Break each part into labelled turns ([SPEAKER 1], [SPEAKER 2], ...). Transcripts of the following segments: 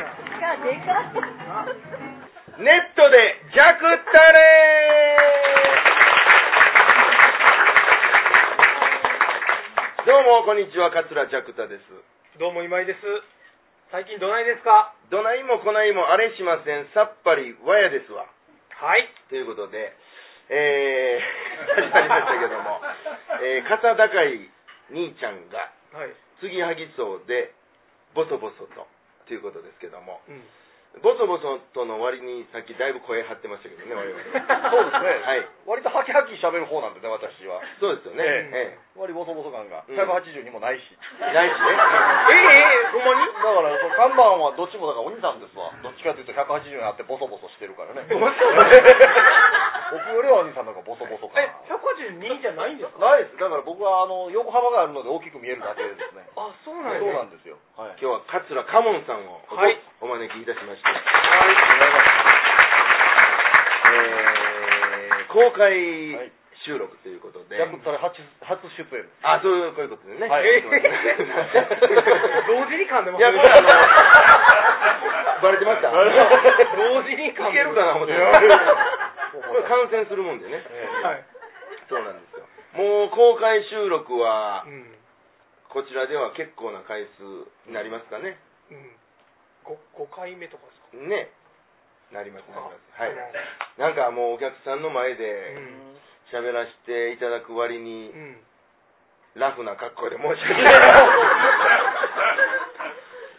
[SPEAKER 1] でかい。
[SPEAKER 2] ネットでジャクタレどうも、こんにちは、桂ジャクタです。
[SPEAKER 3] どうも今井です。最近どないですか
[SPEAKER 2] どないもこないもあれしません、さっぱりわやですわ。
[SPEAKER 3] はい。
[SPEAKER 2] ということで、えー、 始まりましたけども、えー、肩高い兄ちゃんが、
[SPEAKER 3] はい。
[SPEAKER 2] 継ぎはぎそうで、ボソボソと、ということですけども、
[SPEAKER 3] うん。
[SPEAKER 2] ボソボソとの割にさっきだいぶ声張ってましたけどね、我 々。
[SPEAKER 4] そうですね、
[SPEAKER 2] はい。
[SPEAKER 4] 割とハキハキ喋る方なんでね、私は。
[SPEAKER 2] そうですよね。ええ
[SPEAKER 3] え
[SPEAKER 4] 割りボソボソ感が、
[SPEAKER 2] うん
[SPEAKER 4] 180にもないし。
[SPEAKER 2] 大事
[SPEAKER 3] え
[SPEAKER 2] ね。
[SPEAKER 3] ええほんま
[SPEAKER 4] だから、その看板はどっちもだからお兄さんですわ。どっちかというと180になってボソボソしてるからね。僕よ りはお兄さんの方がボソボソか
[SPEAKER 3] え
[SPEAKER 4] な、。
[SPEAKER 3] 182じゃないんですか
[SPEAKER 4] ないです。だから僕はあの横幅があるので大きく見えるだけですね。
[SPEAKER 3] あ、そう
[SPEAKER 4] そう
[SPEAKER 3] なん
[SPEAKER 4] な
[SPEAKER 3] や
[SPEAKER 4] んですよ。はい。
[SPEAKER 2] 今日は桂カモンさんをお,、
[SPEAKER 3] はい
[SPEAKER 2] 招きいたしまして、えー、公
[SPEAKER 4] は
[SPEAKER 2] 開
[SPEAKER 4] い
[SPEAKER 2] 収録ということで、
[SPEAKER 4] 逆にそれ初初出演です。
[SPEAKER 2] あ、そういうこういうことですね。
[SPEAKER 4] はい
[SPEAKER 2] え
[SPEAKER 3] え
[SPEAKER 2] ー
[SPEAKER 3] 同時に噛んでます
[SPEAKER 2] いや、これあ の、バレてました。
[SPEAKER 3] 同時に噛ん
[SPEAKER 2] いけ
[SPEAKER 3] で
[SPEAKER 2] るかな思って。これ感染するもんでね。
[SPEAKER 3] はい。
[SPEAKER 2] そうなんですよ。もう公開収録は
[SPEAKER 3] う、ん。
[SPEAKER 2] こちらでは結構な回数になりますかね。
[SPEAKER 3] うん。5, 五回目とかですか
[SPEAKER 2] ね。なります、なります。はい。
[SPEAKER 3] う
[SPEAKER 2] なんかもうお客さんの前で
[SPEAKER 3] ん。
[SPEAKER 2] 喋らせていただく割に
[SPEAKER 3] う、ん。
[SPEAKER 2] ラフな格好で申し訳 ない。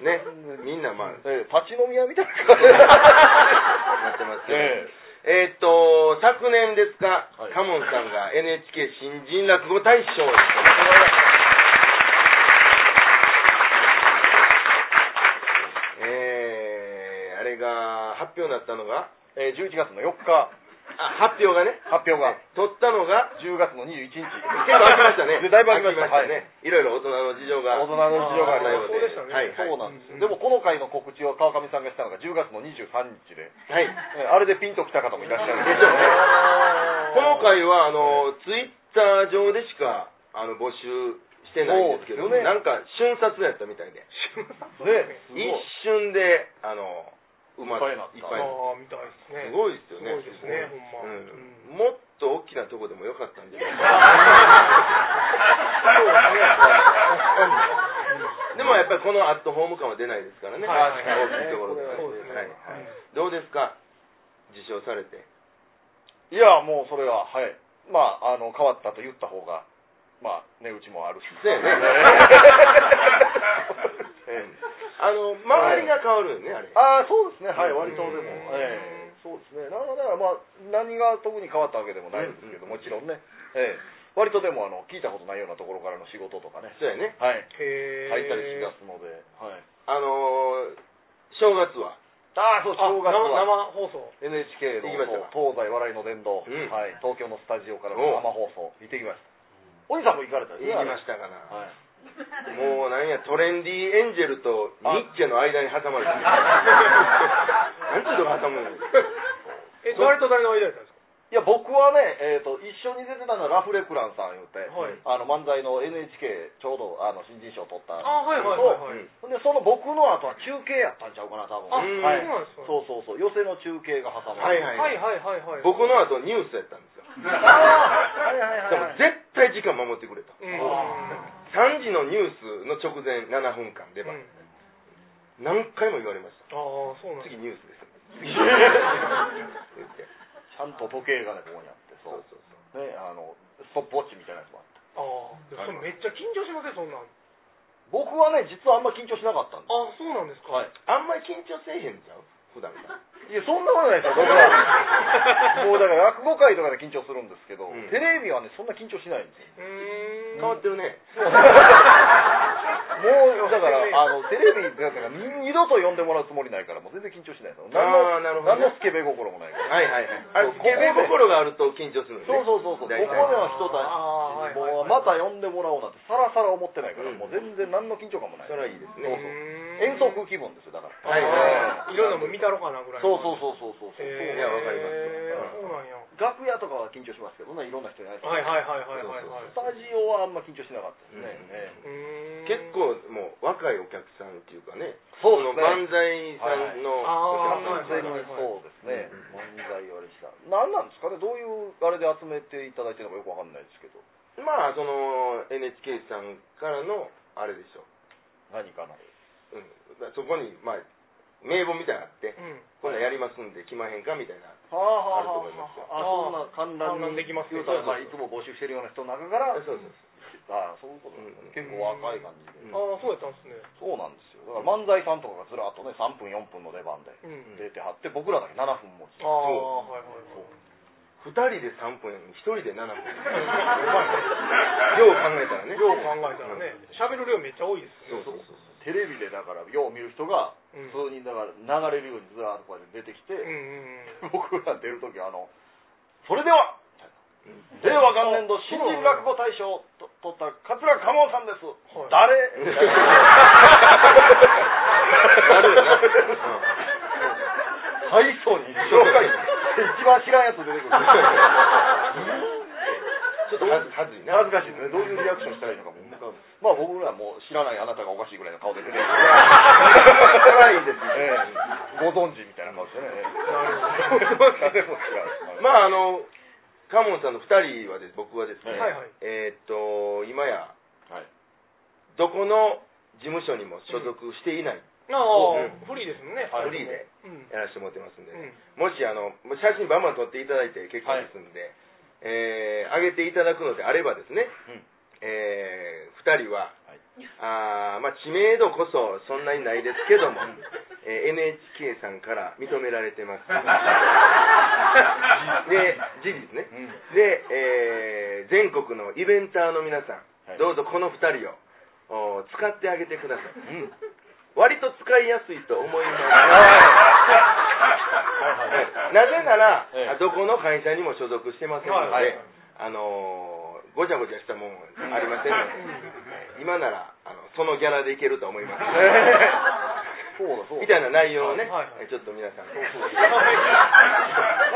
[SPEAKER 2] ね。みんなまあ、
[SPEAKER 4] ええ立ち飲み屋みたい な感じで。
[SPEAKER 2] なってますけど。
[SPEAKER 4] え
[SPEAKER 2] えーっと、昨年ですか、
[SPEAKER 4] はい
[SPEAKER 2] カモンさんが NHK 新人落語大賞をえー、あれが、発表になったのが、
[SPEAKER 4] ええ11月の4日、
[SPEAKER 2] あ、発表がね、
[SPEAKER 4] 発表が。
[SPEAKER 2] 取ったのが、
[SPEAKER 4] 10月の21
[SPEAKER 2] 結
[SPEAKER 4] 日。
[SPEAKER 2] 構開きましたね。
[SPEAKER 4] でだいぶ開きました。
[SPEAKER 2] 開ね。いろいろ大人の事情が。
[SPEAKER 4] 大人の事情がありま
[SPEAKER 3] そうでしたね
[SPEAKER 2] はい、はい。
[SPEAKER 4] そうなんです
[SPEAKER 3] うん
[SPEAKER 4] よ。でもこの回の告知を川上さんがしたのが10月の23日で、
[SPEAKER 2] はい。
[SPEAKER 4] えあれでピンときた方もいらっしゃるん
[SPEAKER 2] でしょうねこの回は、あの、ツイッター上でしか、あの、募集してないんですけど、
[SPEAKER 4] そうですよね
[SPEAKER 2] なんか、瞬殺やったみたいで。
[SPEAKER 4] ね、すご
[SPEAKER 2] 一
[SPEAKER 4] い
[SPEAKER 2] 瞬で、あの、うま
[SPEAKER 4] いっぱいになった
[SPEAKER 2] いっ
[SPEAKER 3] あ
[SPEAKER 2] ぱいになっ
[SPEAKER 3] あー、みたいです
[SPEAKER 2] た
[SPEAKER 3] ね。
[SPEAKER 2] すごいですよね。
[SPEAKER 3] すごいですねほんま
[SPEAKER 2] うんもっと大きなとこでもよかったんじゃないかな。でもやっぱりこのアットホーム感は出ないですからね。
[SPEAKER 3] はいはいはい
[SPEAKER 2] 大きいところで。
[SPEAKER 3] そうですね
[SPEAKER 2] はいはいどうですか受賞されて。
[SPEAKER 4] いや、もうそれは、はい。まあ、あの、変わったと言った方が、まあ、値打ちもあるし。
[SPEAKER 2] そうやね
[SPEAKER 4] ええ
[SPEAKER 2] あの、周りが変わるよね、あれ。
[SPEAKER 4] ああ、そうですね、はい、割とで
[SPEAKER 2] うん
[SPEAKER 4] も、ええそうですね、なので、まあ、何が特に変わったわけでもないですけど、もちろんね、ええ割とでもあの、聞いたことないようなところからの仕事とかね、
[SPEAKER 2] そうやね。
[SPEAKER 4] はい、
[SPEAKER 3] へー
[SPEAKER 4] 入ったりしますので、はい、
[SPEAKER 2] あのー、正月は。
[SPEAKER 4] ああ、そう、
[SPEAKER 3] あ、
[SPEAKER 4] 正月は
[SPEAKER 3] 生生放送。
[SPEAKER 2] 行
[SPEAKER 4] NHK
[SPEAKER 2] きました
[SPEAKER 4] のそう東西笑いの殿
[SPEAKER 2] う
[SPEAKER 4] 堂、
[SPEAKER 2] ん
[SPEAKER 4] はい、東京のスタジオから
[SPEAKER 2] お
[SPEAKER 4] の
[SPEAKER 2] う
[SPEAKER 4] 生放送、行ってきました。お兄さんも行かれたん
[SPEAKER 2] 行
[SPEAKER 4] ですね
[SPEAKER 2] きましたか
[SPEAKER 4] あれ
[SPEAKER 2] な。
[SPEAKER 4] はい
[SPEAKER 2] もうなんや、トレンディエンジェルとニッチェの間に挟まれ てる。なんちゅうとこ挟むの
[SPEAKER 3] え、誰と誰の間やったんですか
[SPEAKER 4] いや僕はね、えー、と一緒に出てたのはラフレクランさん言うて、
[SPEAKER 3] はい
[SPEAKER 4] あの漫才の NHK ちょうどあの新人賞取っ
[SPEAKER 3] あ、
[SPEAKER 4] た
[SPEAKER 3] はいはいはいはい。
[SPEAKER 4] ほんでその僕の後は中継やったんちゃうかな多分
[SPEAKER 3] あ、そうなんですか
[SPEAKER 2] うん
[SPEAKER 4] そうそうそう寄席の中継が挟ま
[SPEAKER 2] はい
[SPEAKER 4] れて
[SPEAKER 2] は
[SPEAKER 3] はいはい
[SPEAKER 2] い
[SPEAKER 3] はいはい。
[SPEAKER 2] 僕の後ニュースやったん ですよ。でも
[SPEAKER 4] はいはいはいはい
[SPEAKER 2] 絶対時間守ってくれと。
[SPEAKER 3] うん。
[SPEAKER 2] 3時のニュースの直前7分間出
[SPEAKER 3] う
[SPEAKER 2] 番。
[SPEAKER 3] ん
[SPEAKER 2] 何回も言われまし
[SPEAKER 3] ああ、そうなん
[SPEAKER 2] た。
[SPEAKER 3] です
[SPEAKER 2] 次
[SPEAKER 3] ね。
[SPEAKER 2] ニュース です。言って
[SPEAKER 4] ちゃんと時計がねここにあって
[SPEAKER 2] そ
[SPEAKER 4] そうう
[SPEAKER 2] そうそう。
[SPEAKER 4] ねあのストップウォッチみたいなやつもあって
[SPEAKER 3] ああ、でもそれめっちゃ緊張しますね、そんなん。あ、
[SPEAKER 4] 僕はね実はあんま緊張しなかったんで
[SPEAKER 3] そうなんです
[SPEAKER 4] す
[SPEAKER 3] か。
[SPEAKER 4] はい
[SPEAKER 2] あんまり緊張せえへんじゃん普段から。
[SPEAKER 4] いやそんなことないですよ僕 はもう だから落語会とかで緊張するんですけど、
[SPEAKER 2] うん
[SPEAKER 4] テレビはねそんな緊張しないんですよ
[SPEAKER 3] うーん。
[SPEAKER 2] 変わってるね。
[SPEAKER 4] もうだから、あのテレビだから二度と呼んでもらうつもりないから、もう全然緊張しないの。
[SPEAKER 2] あー
[SPEAKER 4] 何
[SPEAKER 2] なる
[SPEAKER 4] の
[SPEAKER 2] ほどね
[SPEAKER 4] 何のスケベ心もないから。
[SPEAKER 2] はいはいはい。あれ、
[SPEAKER 4] そう
[SPEAKER 2] スケベ心があると緊張するのね。
[SPEAKER 4] そうそうそうそう。ここで
[SPEAKER 2] 大体
[SPEAKER 4] は人た
[SPEAKER 3] あーはい
[SPEAKER 4] ち、
[SPEAKER 3] はいはい
[SPEAKER 4] もうまた呼んでもらおうなんてさらさら思ってないから、
[SPEAKER 2] うん
[SPEAKER 4] もう全然何の緊張感もない。
[SPEAKER 2] それはいいですね。
[SPEAKER 4] そうそう演奏風気分ですよだから。
[SPEAKER 2] はいはい
[SPEAKER 3] 色のも見たろかなぐらい
[SPEAKER 4] そうそう
[SPEAKER 3] う
[SPEAKER 4] そうそうそうそう、
[SPEAKER 2] いやわかります
[SPEAKER 3] そうなんや
[SPEAKER 4] 楽屋とかは緊張しますけどねいろんな人に会えて
[SPEAKER 3] はいはいはいはいはいはい
[SPEAKER 4] スタジオはあんま緊張しなかったですね、
[SPEAKER 3] うーん
[SPEAKER 2] 結構もう若いお客さんっていうかね
[SPEAKER 4] そう
[SPEAKER 2] の
[SPEAKER 4] ですね
[SPEAKER 2] 万歳さんの
[SPEAKER 3] はい
[SPEAKER 2] お
[SPEAKER 4] 完
[SPEAKER 2] 客さ
[SPEAKER 4] 全
[SPEAKER 2] ん
[SPEAKER 4] に
[SPEAKER 2] とか
[SPEAKER 4] そうですね
[SPEAKER 2] うん
[SPEAKER 4] 漫才をあれした何なんですかねどういうあれで集めていただいてるのかよくわかんないですけど
[SPEAKER 2] まあその NHK さんからのあれでしょ、
[SPEAKER 4] 何かの
[SPEAKER 2] うん、だそこにまあ名簿みたいなのあって、
[SPEAKER 3] うん
[SPEAKER 2] こんなんやりますんで来まへんかみたいな
[SPEAKER 4] はあ
[SPEAKER 2] あると思いますよ
[SPEAKER 4] あそんな観覧
[SPEAKER 3] 観覧できますよ
[SPEAKER 4] 言うたらまあいつも募集してるような人の中から
[SPEAKER 2] そうそう
[SPEAKER 4] ああそういうことなんですね結構若い感じ
[SPEAKER 2] うん
[SPEAKER 4] で、
[SPEAKER 3] ああそうやったんすね
[SPEAKER 4] そうなんですよだから漫才さんとかがずらっとね3分4分の出番で
[SPEAKER 3] うん
[SPEAKER 4] 出てはって僕らだけ7分持つ
[SPEAKER 3] ああはいはいはい
[SPEAKER 2] 2人で3分1人で7分 よう考えたら
[SPEAKER 3] よ
[SPEAKER 2] ね
[SPEAKER 3] う考えたらね喋る量めっちゃ多いです
[SPEAKER 2] そ
[SPEAKER 3] ね
[SPEAKER 2] うそうそう
[SPEAKER 4] テレビでだからよう見る人が
[SPEAKER 3] うん
[SPEAKER 4] 普通にだから流れるようにずらっとこうやって出てきて、
[SPEAKER 3] うんうんうん
[SPEAKER 4] 僕ら出るときあの「それでは令和元年度新人落語大賞をと取った桂かもさんで
[SPEAKER 3] い
[SPEAKER 4] す、誰
[SPEAKER 2] 誰だな
[SPEAKER 4] 大層に一生懸命一番知らんやつ出て くる
[SPEAKER 2] ちょっとはずはずいな
[SPEAKER 4] 恥ずかしいですねどういうリアクションしたらいいのかもまあ僕らもう知らないあなたがおかしいぐらいの顔で出てくる
[SPEAKER 2] 辛いですね
[SPEAKER 4] ええ ご存知みたいな顔してね
[SPEAKER 3] な るほど
[SPEAKER 4] 誰も知らない
[SPEAKER 2] まああのカモンさんの2人はです僕はですね、
[SPEAKER 3] はいはい
[SPEAKER 2] えーっと今や
[SPEAKER 4] はい
[SPEAKER 2] どこの事務所にも所属していない、
[SPEAKER 3] ああフリーですもんね
[SPEAKER 4] はい
[SPEAKER 2] フリーで
[SPEAKER 3] うん
[SPEAKER 2] やらせてもらってますんで、
[SPEAKER 3] うん
[SPEAKER 2] ねもしあの写真バンバン撮っていただいて結構ですんで、えー上げていただくのであればですね、
[SPEAKER 4] うん
[SPEAKER 2] え2人は、
[SPEAKER 4] はい
[SPEAKER 2] あーまあ、知名度こそそんなにないですけども、えー NHK さんから認められて ますで事実ね、
[SPEAKER 4] うん
[SPEAKER 2] で、えー全国のイベンターの皆さん、
[SPEAKER 4] はい
[SPEAKER 2] どうぞこの2人をお使ってあげてください、
[SPEAKER 4] うん
[SPEAKER 2] 割と使いやすいと思いますは いなぜなら、
[SPEAKER 4] ええ
[SPEAKER 2] どこの会社にも所属してませんので、
[SPEAKER 4] はいはい
[SPEAKER 2] あのーごちゃごちゃしたもんありませんので、今ならあのそのギャラでいけると思います、
[SPEAKER 4] そうだそうだ
[SPEAKER 2] みたいな内容をね、
[SPEAKER 3] はいはい
[SPEAKER 2] ちょっと皆さん、
[SPEAKER 4] だか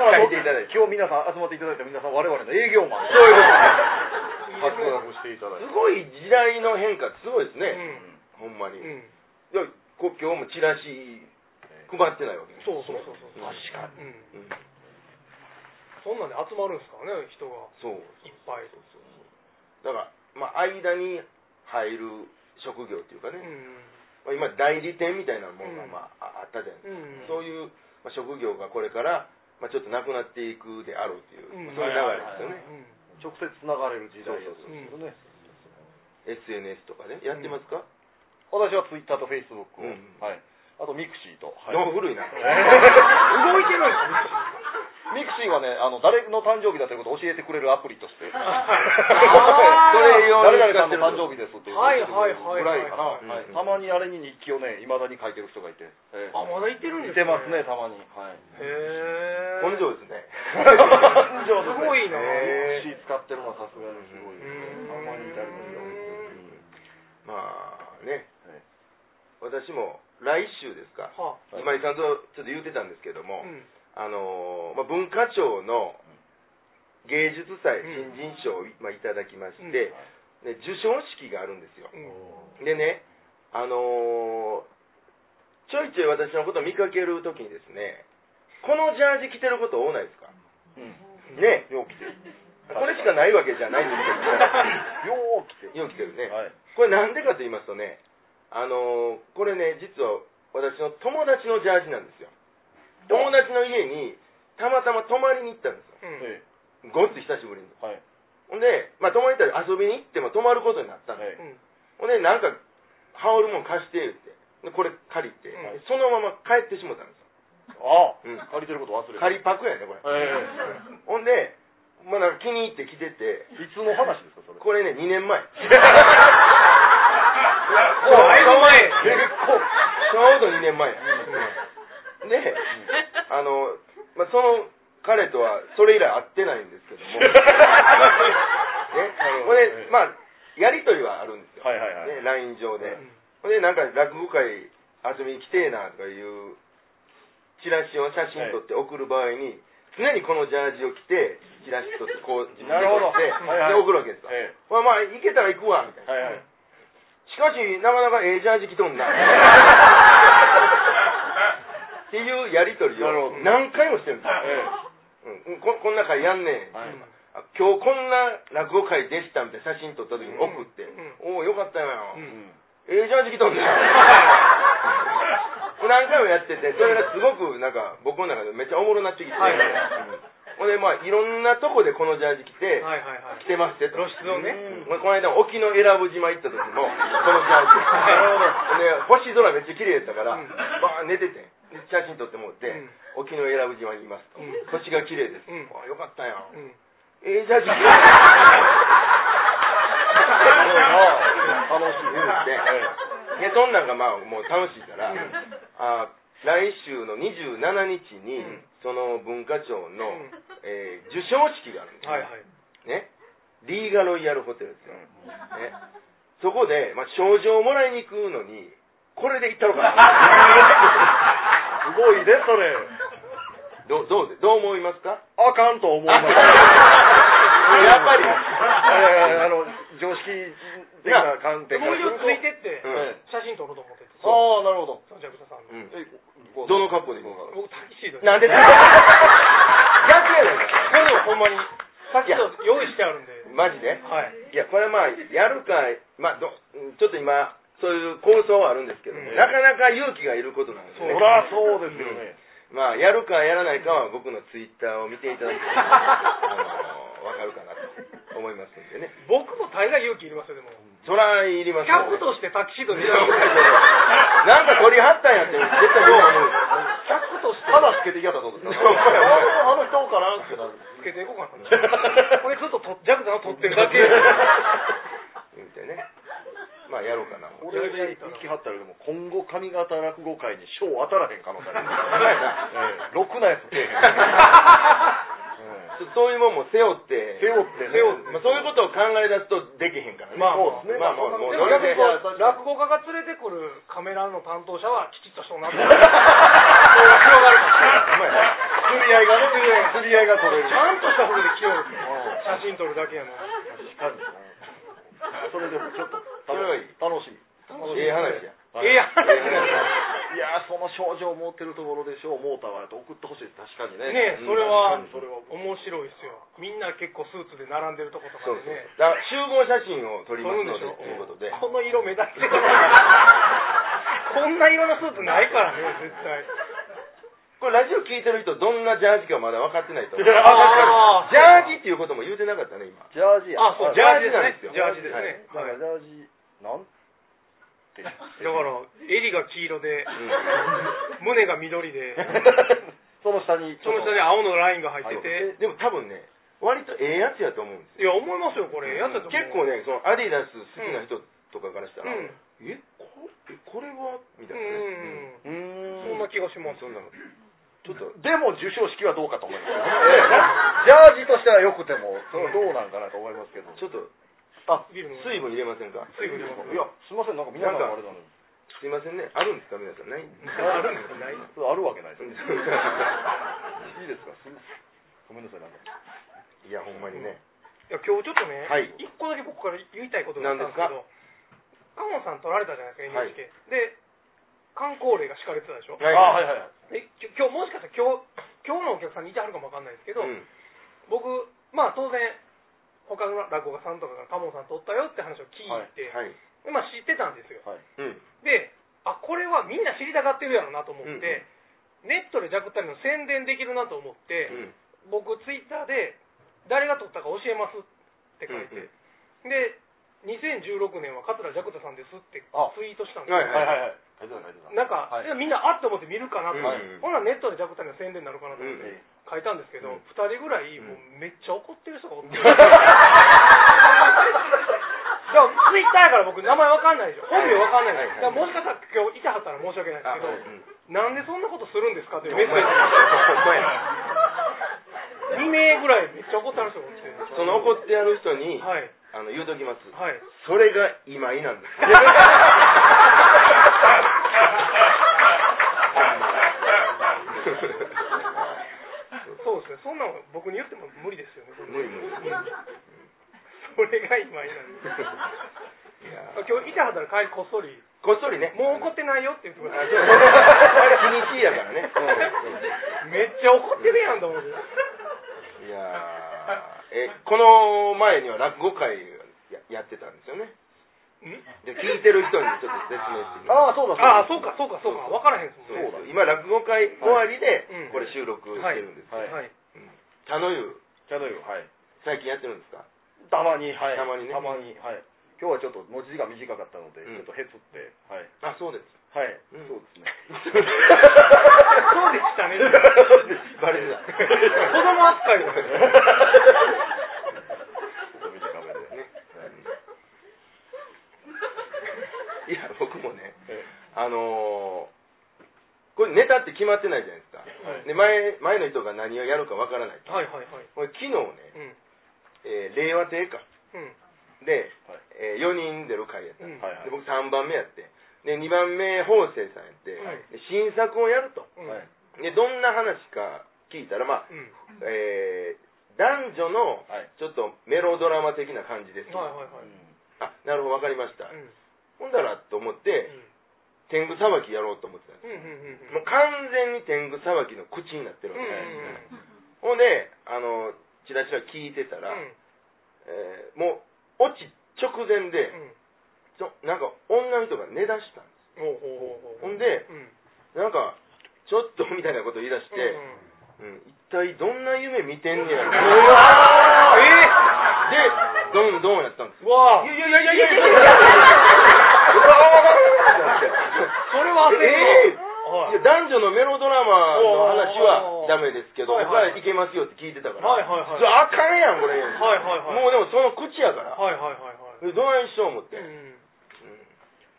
[SPEAKER 4] ら
[SPEAKER 2] 書い
[SPEAKER 4] 僕
[SPEAKER 2] ていただいて、
[SPEAKER 4] 今日皆さん集まっていただいた皆さん我々の営業マン
[SPEAKER 2] そういう
[SPEAKER 4] 活躍していただい
[SPEAKER 2] す
[SPEAKER 4] て
[SPEAKER 2] ごい時代の変化、すごいです
[SPEAKER 3] う
[SPEAKER 2] ね、
[SPEAKER 3] ん
[SPEAKER 2] ほんまに。
[SPEAKER 3] うん
[SPEAKER 2] いやこ今日もチラシ配ってないわけね
[SPEAKER 3] そうそうそうそう
[SPEAKER 2] 確か
[SPEAKER 3] に、うん、
[SPEAKER 2] うん
[SPEAKER 3] そんなんで集まるんですからね人が
[SPEAKER 2] そう
[SPEAKER 3] いっぱい
[SPEAKER 2] だから、まあ、間に入る職業っていうか
[SPEAKER 3] う
[SPEAKER 2] ね、
[SPEAKER 3] ん
[SPEAKER 2] まあ今代理店みたいなものが、
[SPEAKER 3] うん
[SPEAKER 2] まあ、ああったじゃないで
[SPEAKER 3] うん
[SPEAKER 2] すか、そういう、まあ、職業がこれから、まあ、ちょっとなくなっていくであろうっていう、
[SPEAKER 3] うん
[SPEAKER 2] そういう流れですよね、
[SPEAKER 3] うん
[SPEAKER 4] 直接つながれる時代です
[SPEAKER 2] そう
[SPEAKER 3] そうそう
[SPEAKER 4] ね
[SPEAKER 2] SNS とかねやってますか、
[SPEAKER 4] 私はツイッターとフェイスブックを、
[SPEAKER 2] うん
[SPEAKER 4] はい、あとミクシーと、はい
[SPEAKER 2] の 古いな、
[SPEAKER 3] 動いてるん
[SPEAKER 4] ミクシーはねあの誰の誕生日だということを教えてくれるアプリと して
[SPEAKER 3] ー
[SPEAKER 2] それ
[SPEAKER 4] 誰
[SPEAKER 2] 用に
[SPEAKER 4] 々
[SPEAKER 2] 使
[SPEAKER 4] さ
[SPEAKER 2] っ
[SPEAKER 4] ん
[SPEAKER 2] て
[SPEAKER 4] の
[SPEAKER 2] る
[SPEAKER 4] 誕生日ですっていうのを教えてくれるぐらいかな、
[SPEAKER 3] はい
[SPEAKER 2] はいはいはい
[SPEAKER 4] はいたまにあれに日記をねいまだに書いてる人がいて、ええ
[SPEAKER 3] あまだ行ってるんで
[SPEAKER 4] 似
[SPEAKER 3] す
[SPEAKER 4] てますね
[SPEAKER 3] へ
[SPEAKER 4] たまに、はい、
[SPEAKER 3] え
[SPEAKER 2] 根性 ですね
[SPEAKER 4] 根性ですね
[SPEAKER 3] すごいな
[SPEAKER 2] へー
[SPEAKER 4] ミクシー使ってるのはさすがにすごいです
[SPEAKER 3] うん
[SPEAKER 4] ねたまにいたりますよ
[SPEAKER 2] まあね
[SPEAKER 4] ええ
[SPEAKER 2] 私も来週ですか、
[SPEAKER 3] は
[SPEAKER 4] はい
[SPEAKER 2] 今井さんとちょっと言ってたんですけど
[SPEAKER 3] あ
[SPEAKER 2] も、
[SPEAKER 3] うん
[SPEAKER 2] あのーまあ、文化庁の芸術祭新人賞を、まあ、いただきまして、
[SPEAKER 3] うん
[SPEAKER 2] で受賞式があるんですよでねあのーちょいちょい私のことを見かけるときにですねこのジャージ着てること多ないですか
[SPEAKER 4] うん
[SPEAKER 2] ね
[SPEAKER 4] よう来てる
[SPEAKER 2] これしかないわけじゃないんです
[SPEAKER 4] よう来
[SPEAKER 2] けどよう着てる
[SPEAKER 4] て
[SPEAKER 2] ね、
[SPEAKER 4] はい
[SPEAKER 2] これなんでかと言いますとねあのーこれね実は私の友達のジャージなんですよ友達の家にたまたま泊まりに行ったんですよ
[SPEAKER 3] うん
[SPEAKER 4] え
[SPEAKER 2] ごっつ久しぶりに
[SPEAKER 4] えはい
[SPEAKER 2] ほんで、まあ、泊まりに行ったら遊びに行っても泊まることになったんで、
[SPEAKER 4] ええ
[SPEAKER 3] うん
[SPEAKER 2] ほんでなんか羽織るもん貸して言ってでこれ借りて、
[SPEAKER 3] うん
[SPEAKER 2] そのまま帰ってしもたんです
[SPEAKER 4] ああ、
[SPEAKER 2] うん
[SPEAKER 4] 借りてること忘
[SPEAKER 2] よ
[SPEAKER 4] れて
[SPEAKER 2] 借りパクやねこれ、
[SPEAKER 4] え
[SPEAKER 2] ほんで、まあ、なんか気に入って着てて
[SPEAKER 4] えいつの話ですかそれ
[SPEAKER 2] これね2年前
[SPEAKER 3] だいぶ前
[SPEAKER 2] 結構ちょうど2年前やで、あの、まあ、その彼とはそれ以来会ってないんですけ どもね
[SPEAKER 4] るほど
[SPEAKER 2] これまあやりとりはあるんですよ、
[SPEAKER 4] はいはいはい
[SPEAKER 2] ね、LINE 上で、
[SPEAKER 4] う
[SPEAKER 2] ほんでなんか落語会遊びに来てえなとかいうチラシを写真撮って送る場合に、常にこのジャージを着て、チラシ撮って、こう、自分で
[SPEAKER 4] なるほど
[SPEAKER 2] 撮って、
[SPEAKER 4] はいはい
[SPEAKER 2] で、送るわけですよ。
[SPEAKER 4] ええ
[SPEAKER 2] まあまあ、行けたら行くわ、みたいな。
[SPEAKER 4] はいはい
[SPEAKER 2] しかし、なかなかええジャージ着とんな。っていうやりとり
[SPEAKER 4] なる
[SPEAKER 2] を
[SPEAKER 4] ほど
[SPEAKER 2] 何回もしてるんですよ。う
[SPEAKER 4] え
[SPEAKER 2] ん、ここんな回やんねん、
[SPEAKER 4] はい
[SPEAKER 2] あ今日こんな落語会でしたみたいな写真撮った時に送って、おおよかったよ、
[SPEAKER 4] えう
[SPEAKER 2] ええ
[SPEAKER 4] ん
[SPEAKER 2] ジャージ着 とんねん何回もやっててそれがすごくなんか僕の中でめっちゃおもろなってきて、
[SPEAKER 3] はい
[SPEAKER 2] うんほんでまあいろんなとこでこのジャージ着て、
[SPEAKER 3] はいはいはい
[SPEAKER 2] 着てますってと
[SPEAKER 3] 露出をね
[SPEAKER 2] うんこの間も沖永良部島行った時もこのジャージほどで星空めっちゃ綺麗やったから、
[SPEAKER 3] うん
[SPEAKER 2] バーン寝ててで写真撮ってもらって、
[SPEAKER 3] うん
[SPEAKER 2] 沖永良部島にいますと、
[SPEAKER 3] うん
[SPEAKER 2] 星が綺麗です、
[SPEAKER 3] うん
[SPEAKER 2] あよかったよ、
[SPEAKER 3] うん
[SPEAKER 2] ええジャー ジ着て
[SPEAKER 4] ごいな楽しいね
[SPEAKER 2] いやそんなんがまあもう楽しいから、あ来週の27日に、
[SPEAKER 3] うん
[SPEAKER 2] その文化庁の、
[SPEAKER 3] うん
[SPEAKER 2] えー授賞式があるんですよ、
[SPEAKER 3] はいはい
[SPEAKER 2] ね、リーガロイヤルホテルですよ、ね、そこで、まあ、賞状をもらいに行くのにこれで行ったのか な
[SPEAKER 4] すごいねそれ
[SPEAKER 2] どどうでどう思いますか
[SPEAKER 4] あかんと思います
[SPEAKER 2] やっぱり
[SPEAKER 4] いやいやあの常識的な観点
[SPEAKER 3] 思
[SPEAKER 4] から
[SPEAKER 3] いをついてって
[SPEAKER 2] うん
[SPEAKER 3] 写真撮ろうと思ってて
[SPEAKER 4] ああなるほど
[SPEAKER 3] そのジャクタさんの
[SPEAKER 2] うん
[SPEAKER 4] え
[SPEAKER 2] どの格好で行くの
[SPEAKER 3] 僕タキシード
[SPEAKER 2] なんで逆 やねん
[SPEAKER 3] ほんまにタキシード用意してあるんで
[SPEAKER 2] マジで
[SPEAKER 3] はい
[SPEAKER 2] いやこれはまあやるか、まあ、どうんちょっと今そういう構想はあるんですけども、
[SPEAKER 3] うん
[SPEAKER 2] なかなか勇気がいることなんです
[SPEAKER 4] そ
[SPEAKER 2] ね
[SPEAKER 4] らそうですよね
[SPEAKER 2] まあやるかやらないかは僕のツイッターを見ていただいてあのわかるかなと思いますんでね
[SPEAKER 3] 僕も大概勇気いりますよでも
[SPEAKER 2] そらいります
[SPEAKER 3] キ
[SPEAKER 2] よ
[SPEAKER 3] ャップとしてタキシード
[SPEAKER 2] い
[SPEAKER 3] に
[SPEAKER 2] やいやいやなんか取り張ったんやって絶対どう思う
[SPEAKER 4] キャップとして肌つけていきやったらどうですかあの人かなってなる
[SPEAKER 3] つけていこう かなこれずっととジャクタさんを撮ってるだ け
[SPEAKER 2] 言うてねまあやろうかな
[SPEAKER 4] これで行きはったらでも今後上方落語界に賞当たらへん可能性ありますええろくなやつけえへんええ
[SPEAKER 2] ちょっとそういうもんも背負って
[SPEAKER 4] 背負ってね
[SPEAKER 2] 背負ってまあ、そういうことを考え出すとできへんからね
[SPEAKER 3] まあ
[SPEAKER 4] そうですね
[SPEAKER 2] まあまあもう
[SPEAKER 3] でも
[SPEAKER 2] それ
[SPEAKER 3] 逆
[SPEAKER 2] で
[SPEAKER 3] にこう落語家が連れてくるカメラの担当者はきちっとした 女の子そう広がるかもしれない
[SPEAKER 4] 釣り合いがね釣り合いが取れる
[SPEAKER 3] ちゃんとしたことで着よ う写真撮るだけやのに
[SPEAKER 4] 確かになそれでもちょっと
[SPEAKER 2] それはいい
[SPEAKER 4] 楽しみ
[SPEAKER 2] ええ話や
[SPEAKER 4] はい
[SPEAKER 3] ええやん
[SPEAKER 4] いやーその症状持ってるところでしょうモーターはやと送ってほしいです確かにね
[SPEAKER 3] ねえ
[SPEAKER 2] うん
[SPEAKER 3] それは
[SPEAKER 4] 確かにそれは
[SPEAKER 3] 面白いですよみんな結構スーツで並んでるとことか
[SPEAKER 2] そう
[SPEAKER 3] で
[SPEAKER 2] そう
[SPEAKER 3] ね
[SPEAKER 2] だから集合写真を撮り
[SPEAKER 3] 撮
[SPEAKER 2] ます
[SPEAKER 3] るん
[SPEAKER 2] の
[SPEAKER 3] でし
[SPEAKER 2] で
[SPEAKER 3] ょ
[SPEAKER 2] ということで
[SPEAKER 3] この色目立 ってるこんな色のスーツないからね絶対
[SPEAKER 2] これラジオ聞いてる人どんなジャージかまだ分かってないと思う
[SPEAKER 4] いや
[SPEAKER 3] あー
[SPEAKER 2] ジャージっていうことも言うてなかったね今
[SPEAKER 4] ジャージや
[SPEAKER 3] あそうジャージですねジャージです
[SPEAKER 2] はい
[SPEAKER 3] ね
[SPEAKER 4] なん
[SPEAKER 3] はい
[SPEAKER 4] かジャージなんて言って
[SPEAKER 3] だから襟が黄色で、
[SPEAKER 2] う
[SPEAKER 3] 胸が緑 で
[SPEAKER 4] その下に
[SPEAKER 3] その下に青のラインが入って
[SPEAKER 4] 入
[SPEAKER 3] て、
[SPEAKER 2] でも多分ね割とええやつやと思うんですよ
[SPEAKER 3] い、や思いますよこれ、やったと思う
[SPEAKER 2] 結構ねそのアディダス好きな人とかからしたら、
[SPEAKER 3] うん
[SPEAKER 2] えこえこれはみ
[SPEAKER 3] う
[SPEAKER 2] たい
[SPEAKER 3] ん
[SPEAKER 2] なね、う
[SPEAKER 3] う
[SPEAKER 2] ん
[SPEAKER 3] んうん
[SPEAKER 4] うーん
[SPEAKER 3] そんな気がします
[SPEAKER 2] そん なのちょっと
[SPEAKER 4] でも授賞式はどうかと思いますけどねジャージとしては良くてもそれはどうなんかなと思いますけど
[SPEAKER 2] ちょっと
[SPEAKER 4] あ
[SPEAKER 3] ビールの
[SPEAKER 2] 水分入れませんか
[SPEAKER 3] 水分入れます
[SPEAKER 4] いやすいませんなんか皆さんのあれなのに
[SPEAKER 2] すいませんねあるんですか皆さんない
[SPEAKER 3] あるんですかない
[SPEAKER 4] あるわけ ないですよ
[SPEAKER 2] う
[SPEAKER 4] いいですかすごめんなさいなんか
[SPEAKER 2] いやほんまにね
[SPEAKER 3] いや今日ちょっとね、
[SPEAKER 2] はい
[SPEAKER 3] 一個だけ僕から言いたいことがあったんですけどカモンさん取られたじゃないですか NHK、で観光令が敷かれてたでしょ、
[SPEAKER 2] はい
[SPEAKER 4] あはいはいはい
[SPEAKER 3] でき今日もしかしたら今日今日のお客さんにいてはるかもわかんないですけど、
[SPEAKER 2] うん
[SPEAKER 3] 僕まあ当然他の落語家さんとかがカモンさん取ったよって話を聞いて、
[SPEAKER 2] はい
[SPEAKER 3] でまあ、知ってたんですよ
[SPEAKER 4] はい
[SPEAKER 2] うん
[SPEAKER 3] であこれはみんな知りたがってるやろなと思って、
[SPEAKER 2] うんうん
[SPEAKER 3] ネットでジャクタリの宣伝できるなと思って、
[SPEAKER 2] うん
[SPEAKER 3] 僕ツイッターで誰が撮ったか教えますって書いて、で2016年は桂ジャクタさんですって
[SPEAKER 4] あ
[SPEAKER 3] ツイートしたんです
[SPEAKER 2] はい
[SPEAKER 4] は
[SPEAKER 3] よ
[SPEAKER 4] いはいはい書いてた書いてた
[SPEAKER 3] なんか、
[SPEAKER 4] はい
[SPEAKER 3] でみんなあって思って見るかなと、
[SPEAKER 2] はい
[SPEAKER 3] ほなネットでジャクタリの宣伝になるかなと
[SPEAKER 2] う
[SPEAKER 3] 思っ
[SPEAKER 2] ん
[SPEAKER 3] て書いたんですけど、
[SPEAKER 2] うん
[SPEAKER 3] 2人ぐらいもうめっちゃ怒ってる人がおって、だからツイッターやから僕名前わかんないでしょ本名わかんないでしょ、だからもしかしたら今日いてはったら申し訳ない
[SPEAKER 2] あ
[SPEAKER 3] ですけど、
[SPEAKER 2] うん
[SPEAKER 3] なんでそんなことするんですかっていうメ
[SPEAKER 2] ほ
[SPEAKER 3] ッ
[SPEAKER 2] ん
[SPEAKER 3] セ
[SPEAKER 2] まや
[SPEAKER 3] ージ2名 ぐらいめっちゃ怒ってはる人がおって
[SPEAKER 2] その怒ってやる人に、
[SPEAKER 3] はい
[SPEAKER 2] あの言うときます、
[SPEAKER 3] はい
[SPEAKER 2] それが今井なんです
[SPEAKER 3] そうですね、そんなの僕に言っても無理ですよね、そんな
[SPEAKER 2] 無理無理
[SPEAKER 3] それが今いなんです
[SPEAKER 2] いやー
[SPEAKER 3] 今日、板働帰りこっそり、
[SPEAKER 2] こっそりね
[SPEAKER 3] もう怒ってないよって言ってくだ
[SPEAKER 2] あ
[SPEAKER 3] さい
[SPEAKER 2] そうあれ気にしいやからね
[SPEAKER 3] めっちゃ怒ってるやんと思って。
[SPEAKER 2] いやーえこの前には落語会ややってたんですよね
[SPEAKER 3] ん
[SPEAKER 2] で聞いてる人にちょっと説明してみます
[SPEAKER 4] ああそうだ
[SPEAKER 3] ああ、
[SPEAKER 4] そ
[SPEAKER 3] そうう
[SPEAKER 4] だ
[SPEAKER 3] か、そうか、そうか、分からへんですも
[SPEAKER 2] そ
[SPEAKER 3] ん
[SPEAKER 2] う
[SPEAKER 3] ね。
[SPEAKER 2] です今落語会終わりで
[SPEAKER 3] はいうん
[SPEAKER 2] これ収録してるんですけど、
[SPEAKER 4] はい
[SPEAKER 3] はい。
[SPEAKER 2] 茶の湯
[SPEAKER 4] キャドゥはい
[SPEAKER 2] 最近やってるんですか
[SPEAKER 4] たまにはい
[SPEAKER 2] たまにね
[SPEAKER 4] たまにはい今日はちょっと持ち時間短かったので、
[SPEAKER 2] うん
[SPEAKER 4] ちょっとへつってはい
[SPEAKER 2] あそうです
[SPEAKER 4] はい、
[SPEAKER 2] うん
[SPEAKER 4] そうですね
[SPEAKER 2] そうで
[SPEAKER 3] した ね
[SPEAKER 2] バレてた
[SPEAKER 4] 子
[SPEAKER 3] 供扱いだね
[SPEAKER 4] ちょっと短めで
[SPEAKER 2] ね いや僕もね
[SPEAKER 4] え
[SPEAKER 2] あのーこれネタって決まってないじゃないですか、
[SPEAKER 3] はい
[SPEAKER 2] で前前の人が何をやるかわからない
[SPEAKER 3] はいはいはい。
[SPEAKER 2] これ昨日ね、
[SPEAKER 3] うん。
[SPEAKER 2] えー令和亭か
[SPEAKER 3] うん。
[SPEAKER 2] で、
[SPEAKER 4] は
[SPEAKER 2] え
[SPEAKER 4] い
[SPEAKER 2] 4人出る回やった、
[SPEAKER 3] うん。
[SPEAKER 4] はい
[SPEAKER 2] で僕3番目やってで2番目方正さんやって、
[SPEAKER 3] はい
[SPEAKER 2] で新作をやると
[SPEAKER 3] うん。
[SPEAKER 4] はい
[SPEAKER 2] でどんな話か聞いたらまあ、
[SPEAKER 3] うん。
[SPEAKER 2] えー男女の
[SPEAKER 4] はい
[SPEAKER 2] ちょっとメロドラマ的な感じです、
[SPEAKER 3] はいはいは
[SPEAKER 4] う
[SPEAKER 3] い。
[SPEAKER 4] ん
[SPEAKER 2] あなるほどわかりました、
[SPEAKER 3] うん。うん。
[SPEAKER 2] ほんだらと思って、天狗さばきやろうと思ってたん
[SPEAKER 3] う
[SPEAKER 2] です
[SPEAKER 3] ん。うん。うん。
[SPEAKER 2] もう完全に天狗さばきの口になってる
[SPEAKER 3] う
[SPEAKER 2] わけ
[SPEAKER 3] ん。
[SPEAKER 2] です、
[SPEAKER 3] うん。
[SPEAKER 2] ほんであのチラチラ聞いてたら、えーもう落ち直前で、ちょなんか女の人が寝だしたんで
[SPEAKER 3] ほうほうほうほ
[SPEAKER 2] すほ
[SPEAKER 3] う。
[SPEAKER 2] んで
[SPEAKER 3] うん。
[SPEAKER 2] なんかちょっとみたいなこと言い出して、うん一体どんな夢見てんね やろ
[SPEAKER 3] うわー
[SPEAKER 2] でどんどんやったんです
[SPEAKER 3] うわぁ。
[SPEAKER 2] いやいやいやいやいや
[SPEAKER 3] うわぁ。それは焦る
[SPEAKER 2] え
[SPEAKER 3] わ。はい
[SPEAKER 2] や男女のメロドラマの話はダメですけど、
[SPEAKER 3] はい
[SPEAKER 2] 他
[SPEAKER 3] はい
[SPEAKER 2] はけますよって聞いてたから、
[SPEAKER 3] はいはいはい
[SPEAKER 2] それあかんやん、こ
[SPEAKER 3] は
[SPEAKER 2] れ、
[SPEAKER 3] いはいはい
[SPEAKER 2] もうでもその口やから、
[SPEAKER 3] はいはいはいはい。
[SPEAKER 2] どないしよう思って、
[SPEAKER 3] うん。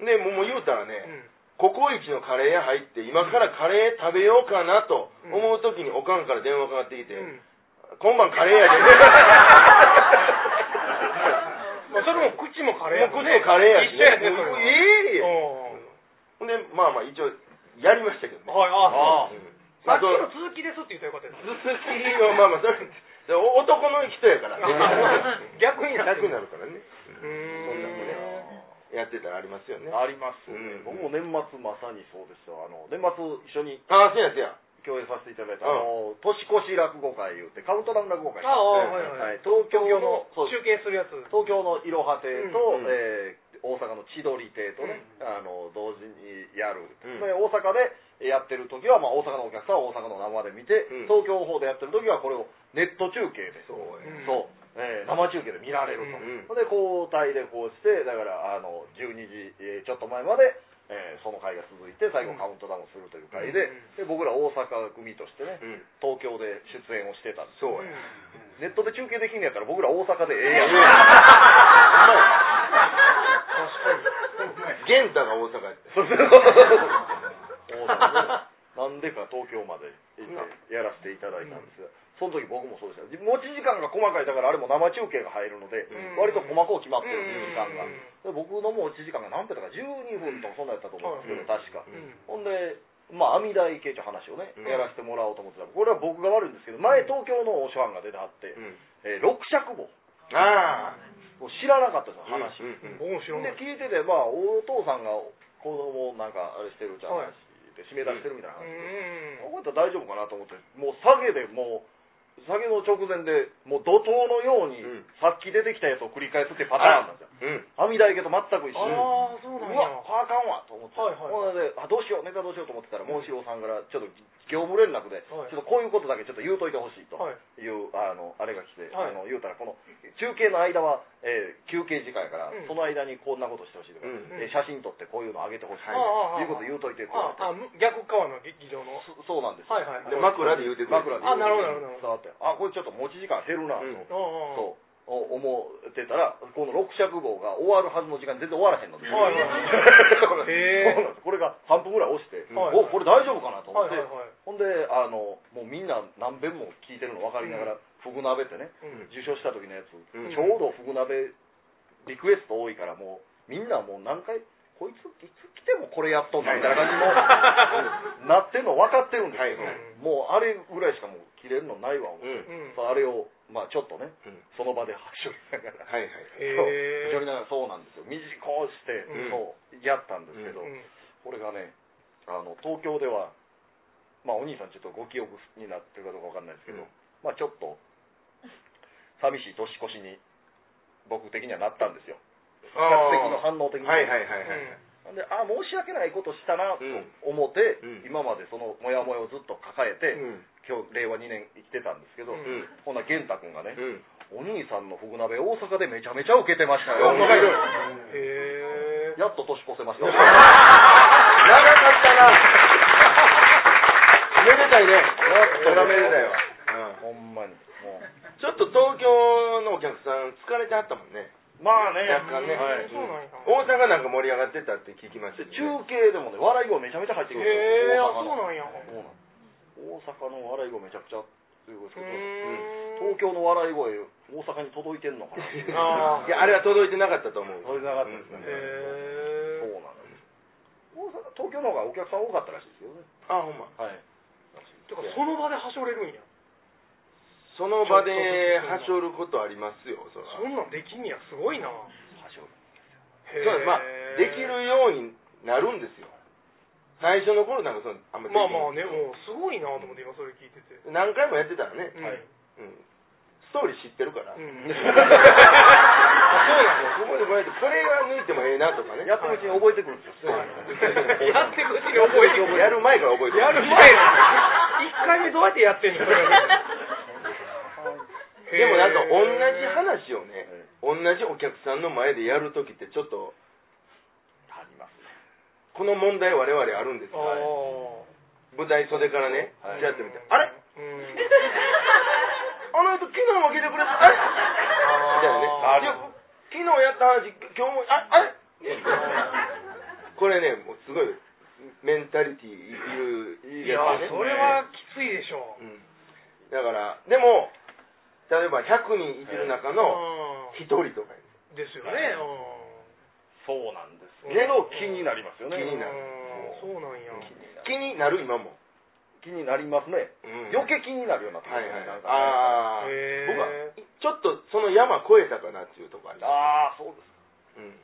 [SPEAKER 2] うんで、もうもう言うたら
[SPEAKER 3] う
[SPEAKER 2] ね、
[SPEAKER 3] ん。
[SPEAKER 2] ココイチのカレー屋入って、今からカレー食べようかなと思うときに、おかんから電話かかってき
[SPEAKER 3] う
[SPEAKER 2] て、
[SPEAKER 3] ん。
[SPEAKER 2] 今晩カレ ーやで、
[SPEAKER 3] まあ、それも口もカレーや
[SPEAKER 2] もう口のカレーやし、
[SPEAKER 3] 一緒やね、それ
[SPEAKER 2] もう
[SPEAKER 3] は。
[SPEAKER 2] ええ
[SPEAKER 3] うん
[SPEAKER 2] ほんで、まあまあ、一応、やりましたけどね。
[SPEAKER 3] はい、ああ、そう。
[SPEAKER 2] うん
[SPEAKER 3] さっき
[SPEAKER 2] ま
[SPEAKER 3] の
[SPEAKER 2] あその
[SPEAKER 3] 続きですって言ったらよかったです。
[SPEAKER 2] 続きはまあまあそれでお男の人やから、 ね、
[SPEAKER 3] 逆になって
[SPEAKER 2] 逆
[SPEAKER 3] る
[SPEAKER 2] になるからね
[SPEAKER 3] うーん
[SPEAKER 2] そんなもんやってたらありますよねあ
[SPEAKER 4] ありますね、
[SPEAKER 2] うん
[SPEAKER 4] 僕も年末まさにそうですよあの年末一緒に
[SPEAKER 2] あそうやそうや
[SPEAKER 4] 共演させていただいた、
[SPEAKER 2] うん
[SPEAKER 4] あの年越し落語会言ってカウントダウン落語会
[SPEAKER 3] ああ、はいはい。
[SPEAKER 4] はい、東京
[SPEAKER 3] 今日の
[SPEAKER 4] のそうです
[SPEAKER 3] 中継するやつ。
[SPEAKER 4] 東京のいろは亭と、
[SPEAKER 2] うんうん
[SPEAKER 4] えー大阪の千鳥亭とね、
[SPEAKER 3] う
[SPEAKER 4] あの同時にやる、
[SPEAKER 2] うん
[SPEAKER 4] で大阪でやってる時は、まあ、大阪のお客さんは大阪の生で見て、
[SPEAKER 2] うん
[SPEAKER 4] 東京の方でやってる時はこれをネット中継で、
[SPEAKER 2] そうや、
[SPEAKER 3] ん
[SPEAKER 4] そうえー生中継で見られると、
[SPEAKER 2] うん
[SPEAKER 4] で交代でこうしてだからあの12時、えーちょっと前まで、えーその会が続いて最後カウントダウンするという会で,、で僕ら大阪組としてね、
[SPEAKER 2] うん、
[SPEAKER 4] 東京で出演をしてたんです
[SPEAKER 2] そうや、
[SPEAKER 4] ネットで中継できんのやったら僕ら大阪でええやん
[SPEAKER 2] 玄太が大阪やっ
[SPEAKER 4] そうそうなんでか東京まで行ってやらせていただいたんですが、その時僕もそうでした持ち時間が細かいだからあれも生中継が入るので、
[SPEAKER 3] うん
[SPEAKER 4] 割と細かく決まってるんです時間が
[SPEAKER 3] うん、
[SPEAKER 4] で僕の持ち時間が何分だか12分とかそんなやったと思うんですけど、確か、
[SPEAKER 3] うん
[SPEAKER 4] ほんでまあ網台系という話をね、
[SPEAKER 2] うん
[SPEAKER 4] やらせてもらおうと思ってたこれは僕が悪いんですけど前東京のお師範が出てはって、
[SPEAKER 2] て、うん、
[SPEAKER 4] えー六尺棒
[SPEAKER 2] ああ
[SPEAKER 4] もう知らなかったですよ話、
[SPEAKER 2] うん
[SPEAKER 3] 面
[SPEAKER 2] うん
[SPEAKER 3] 白い。
[SPEAKER 4] で聞いてて、まあ、お父さんが子供をなんかあれしてるじゃん、
[SPEAKER 3] はい
[SPEAKER 4] で締め出してるみたいな
[SPEAKER 3] うん。
[SPEAKER 4] 話、こうやったら大丈夫かなと思ってもう下げでもう下げの直前でもう怒涛のように、
[SPEAKER 2] うん
[SPEAKER 4] さっき出てきたやつを繰り返すっていうパターンなんですよ
[SPEAKER 2] うん
[SPEAKER 4] 網台家と全く一緒で
[SPEAKER 3] ああ、そう
[SPEAKER 4] う
[SPEAKER 3] なんや。
[SPEAKER 4] わあかんわと思って、
[SPEAKER 3] はいはい
[SPEAKER 4] ほんであどうしようネタどうしようと思ってたら紋四郎さんからちょっと業務連絡で、
[SPEAKER 3] はい
[SPEAKER 4] ちょっとこういうことだけちょっと言うといてほしいと、
[SPEAKER 3] はい。
[SPEAKER 4] いうあのあれが来て、
[SPEAKER 3] はい
[SPEAKER 4] あの言うたらこの中継の間は、えー休憩時間やか
[SPEAKER 3] う
[SPEAKER 4] ら、
[SPEAKER 3] ん
[SPEAKER 4] その間にこんなことしてほしいと
[SPEAKER 2] う
[SPEAKER 4] か、
[SPEAKER 2] ん
[SPEAKER 4] えー写真撮ってこういうのあげてほしいと
[SPEAKER 3] は
[SPEAKER 4] か、
[SPEAKER 3] い
[SPEAKER 4] いうこと言うといてって言わ
[SPEAKER 3] ああ、
[SPEAKER 4] れて
[SPEAKER 3] む逆側の劇場の。
[SPEAKER 4] そそうなんです
[SPEAKER 3] は
[SPEAKER 4] よ、
[SPEAKER 3] いはいはい
[SPEAKER 2] で枕で言うてくれ
[SPEAKER 4] 枕で言う
[SPEAKER 3] あ
[SPEAKER 4] てくれ
[SPEAKER 3] なるほどなるほど
[SPEAKER 4] 伝わってあこれちょっと持ち時間減るな
[SPEAKER 2] う
[SPEAKER 4] と、
[SPEAKER 2] ん
[SPEAKER 3] あ
[SPEAKER 4] そうお思ってたらこの六尺号が終わるはずの時間全然終わらへんのですよ
[SPEAKER 3] はいはいはいへー
[SPEAKER 4] そうなんですこれが半分ぐらい押して、
[SPEAKER 3] は
[SPEAKER 2] はい
[SPEAKER 3] い
[SPEAKER 4] おこれ大丈夫かなと
[SPEAKER 3] あ。は
[SPEAKER 4] 思
[SPEAKER 3] い
[SPEAKER 4] っ
[SPEAKER 3] は
[SPEAKER 4] て、
[SPEAKER 3] いはい。
[SPEAKER 4] ほんであのもうみんな何遍も聞いてるの分かりながら、ふぐ鍋ってね
[SPEAKER 3] うん。
[SPEAKER 4] 受賞した時のやつ、
[SPEAKER 2] うん
[SPEAKER 4] ちょうどふぐ鍋リクエスト多いからもうみんなもう何回こいついつ来てもこれやっとんなみたい な感じの、うんなってんの分かってるんですけど、
[SPEAKER 2] はい
[SPEAKER 4] もうあれぐらいしかもう切れるのないわ、
[SPEAKER 2] うん
[SPEAKER 3] うん
[SPEAKER 4] そうあれを、まあ、ちょっとね
[SPEAKER 2] うん
[SPEAKER 4] その場で発症しながら
[SPEAKER 2] はいはい
[SPEAKER 3] へー
[SPEAKER 4] そう非常になんかそうなんですよ短くして、
[SPEAKER 2] うん
[SPEAKER 4] そうやったんですけど、
[SPEAKER 3] うん
[SPEAKER 4] これがねあの東京では、まあ、お兄さんちょっとご記憶になってるかどうかわかんないですけど、
[SPEAKER 2] うん
[SPEAKER 4] まあ、ちょっと寂しい年越しに僕的にはなったんですよ客席の
[SPEAKER 2] あ
[SPEAKER 4] 反応的
[SPEAKER 2] ー
[SPEAKER 4] に
[SPEAKER 2] はいはいはいはい
[SPEAKER 4] なんであー申し訳ないことしたなと
[SPEAKER 2] うん
[SPEAKER 4] 思って、
[SPEAKER 2] うん
[SPEAKER 4] 今までそのモヤモヤをずっと抱えて、
[SPEAKER 2] うん
[SPEAKER 4] 今日令和2年生きてたんですけど、
[SPEAKER 3] うん
[SPEAKER 4] ほな玄太君がね、
[SPEAKER 2] うん
[SPEAKER 4] お兄さんのふぐ鍋大阪でめちゃめちゃ受けてました
[SPEAKER 2] あ
[SPEAKER 4] よ
[SPEAKER 2] 面白い
[SPEAKER 3] へー
[SPEAKER 4] やっと年越せました長
[SPEAKER 2] 長か
[SPEAKER 4] か
[SPEAKER 2] った なめでたいね
[SPEAKER 4] やっと
[SPEAKER 2] めでたいわ、
[SPEAKER 4] ほんまにもう
[SPEAKER 2] ちょっと東京のお客さん疲れてはったもんね
[SPEAKER 4] まあね
[SPEAKER 2] 若干ね、
[SPEAKER 4] はい
[SPEAKER 3] そうなんや
[SPEAKER 2] 大阪なんか盛り上がってたって聞きました
[SPEAKER 4] で
[SPEAKER 2] けどね、
[SPEAKER 4] 中継でもね笑い声めちゃめちゃ入ってくるんです
[SPEAKER 3] へー
[SPEAKER 4] よ
[SPEAKER 3] あそうなんや
[SPEAKER 4] そうなんです大阪の笑い声めちゃくちゃすごいですけど
[SPEAKER 3] うん
[SPEAKER 4] 東京の笑い声大阪に届いてんのかな
[SPEAKER 3] あー
[SPEAKER 2] いやあれは届いてなかったと思う
[SPEAKER 4] 届いてなかったですね
[SPEAKER 2] うん
[SPEAKER 3] へ
[SPEAKER 4] そうなんです大阪東京の方がお客さん多かったらしいですよね
[SPEAKER 2] あほんま
[SPEAKER 4] はい
[SPEAKER 3] ーてかその場ではしょれるんや
[SPEAKER 2] その場ではしょることありますよそら
[SPEAKER 3] そんなんできんねやすごいな
[SPEAKER 4] はしょる
[SPEAKER 3] へー
[SPEAKER 2] そうまあできるようになるんですよ最初の頃なんかそのあんまりでき
[SPEAKER 3] まあまあ
[SPEAKER 2] ない
[SPEAKER 3] ねもうすごいなと思って今それ聞いてて
[SPEAKER 2] 何回もやってたらね、
[SPEAKER 3] うん
[SPEAKER 4] はい
[SPEAKER 2] うんストーリー知ってるから、
[SPEAKER 3] うん
[SPEAKER 2] そうなんですよここでこうやってこれは抜いてもええなとかね
[SPEAKER 4] やってるうちに覚えてくるんですよ
[SPEAKER 2] はい
[SPEAKER 3] やってくうちに覚えてくる
[SPEAKER 2] やる前から覚えて
[SPEAKER 3] やる前や一回目どうやってやってんのそれ
[SPEAKER 2] でもなんか同
[SPEAKER 3] 話
[SPEAKER 2] じ話をね同じお客さんの前でやるときってちょっと
[SPEAKER 4] ありますね
[SPEAKER 2] この問題我々あるんですよ
[SPEAKER 3] あ
[SPEAKER 2] 舞台袖からね、
[SPEAKER 4] はい
[SPEAKER 2] やってみてあれ
[SPEAKER 3] ーうん
[SPEAKER 2] あの人昨日も来てくれたあれみたいなねいや
[SPEAKER 4] あー
[SPEAKER 2] 昨日やった話今日もああれこれねもうすごいメンタリティーいる
[SPEAKER 3] いや
[SPEAKER 2] ですね
[SPEAKER 3] それはきついでしょ
[SPEAKER 2] うんだからでも例えば100人いてる中の
[SPEAKER 3] う
[SPEAKER 2] 1人とかやね
[SPEAKER 3] んですよね
[SPEAKER 4] はい
[SPEAKER 3] うん
[SPEAKER 4] そうなんです
[SPEAKER 3] ね
[SPEAKER 4] けど気になりますよね
[SPEAKER 2] 気になる
[SPEAKER 3] うんそうなんや
[SPEAKER 2] 気になる今も、
[SPEAKER 4] 気になりますね
[SPEAKER 2] うん
[SPEAKER 4] 余計気になるようになってきま
[SPEAKER 2] は
[SPEAKER 4] す
[SPEAKER 2] いはい
[SPEAKER 4] ねなんかね
[SPEAKER 2] ああ
[SPEAKER 3] へー
[SPEAKER 2] 僕はいちょっとその山越えたかなっていうとこある
[SPEAKER 4] ああそうです
[SPEAKER 2] うん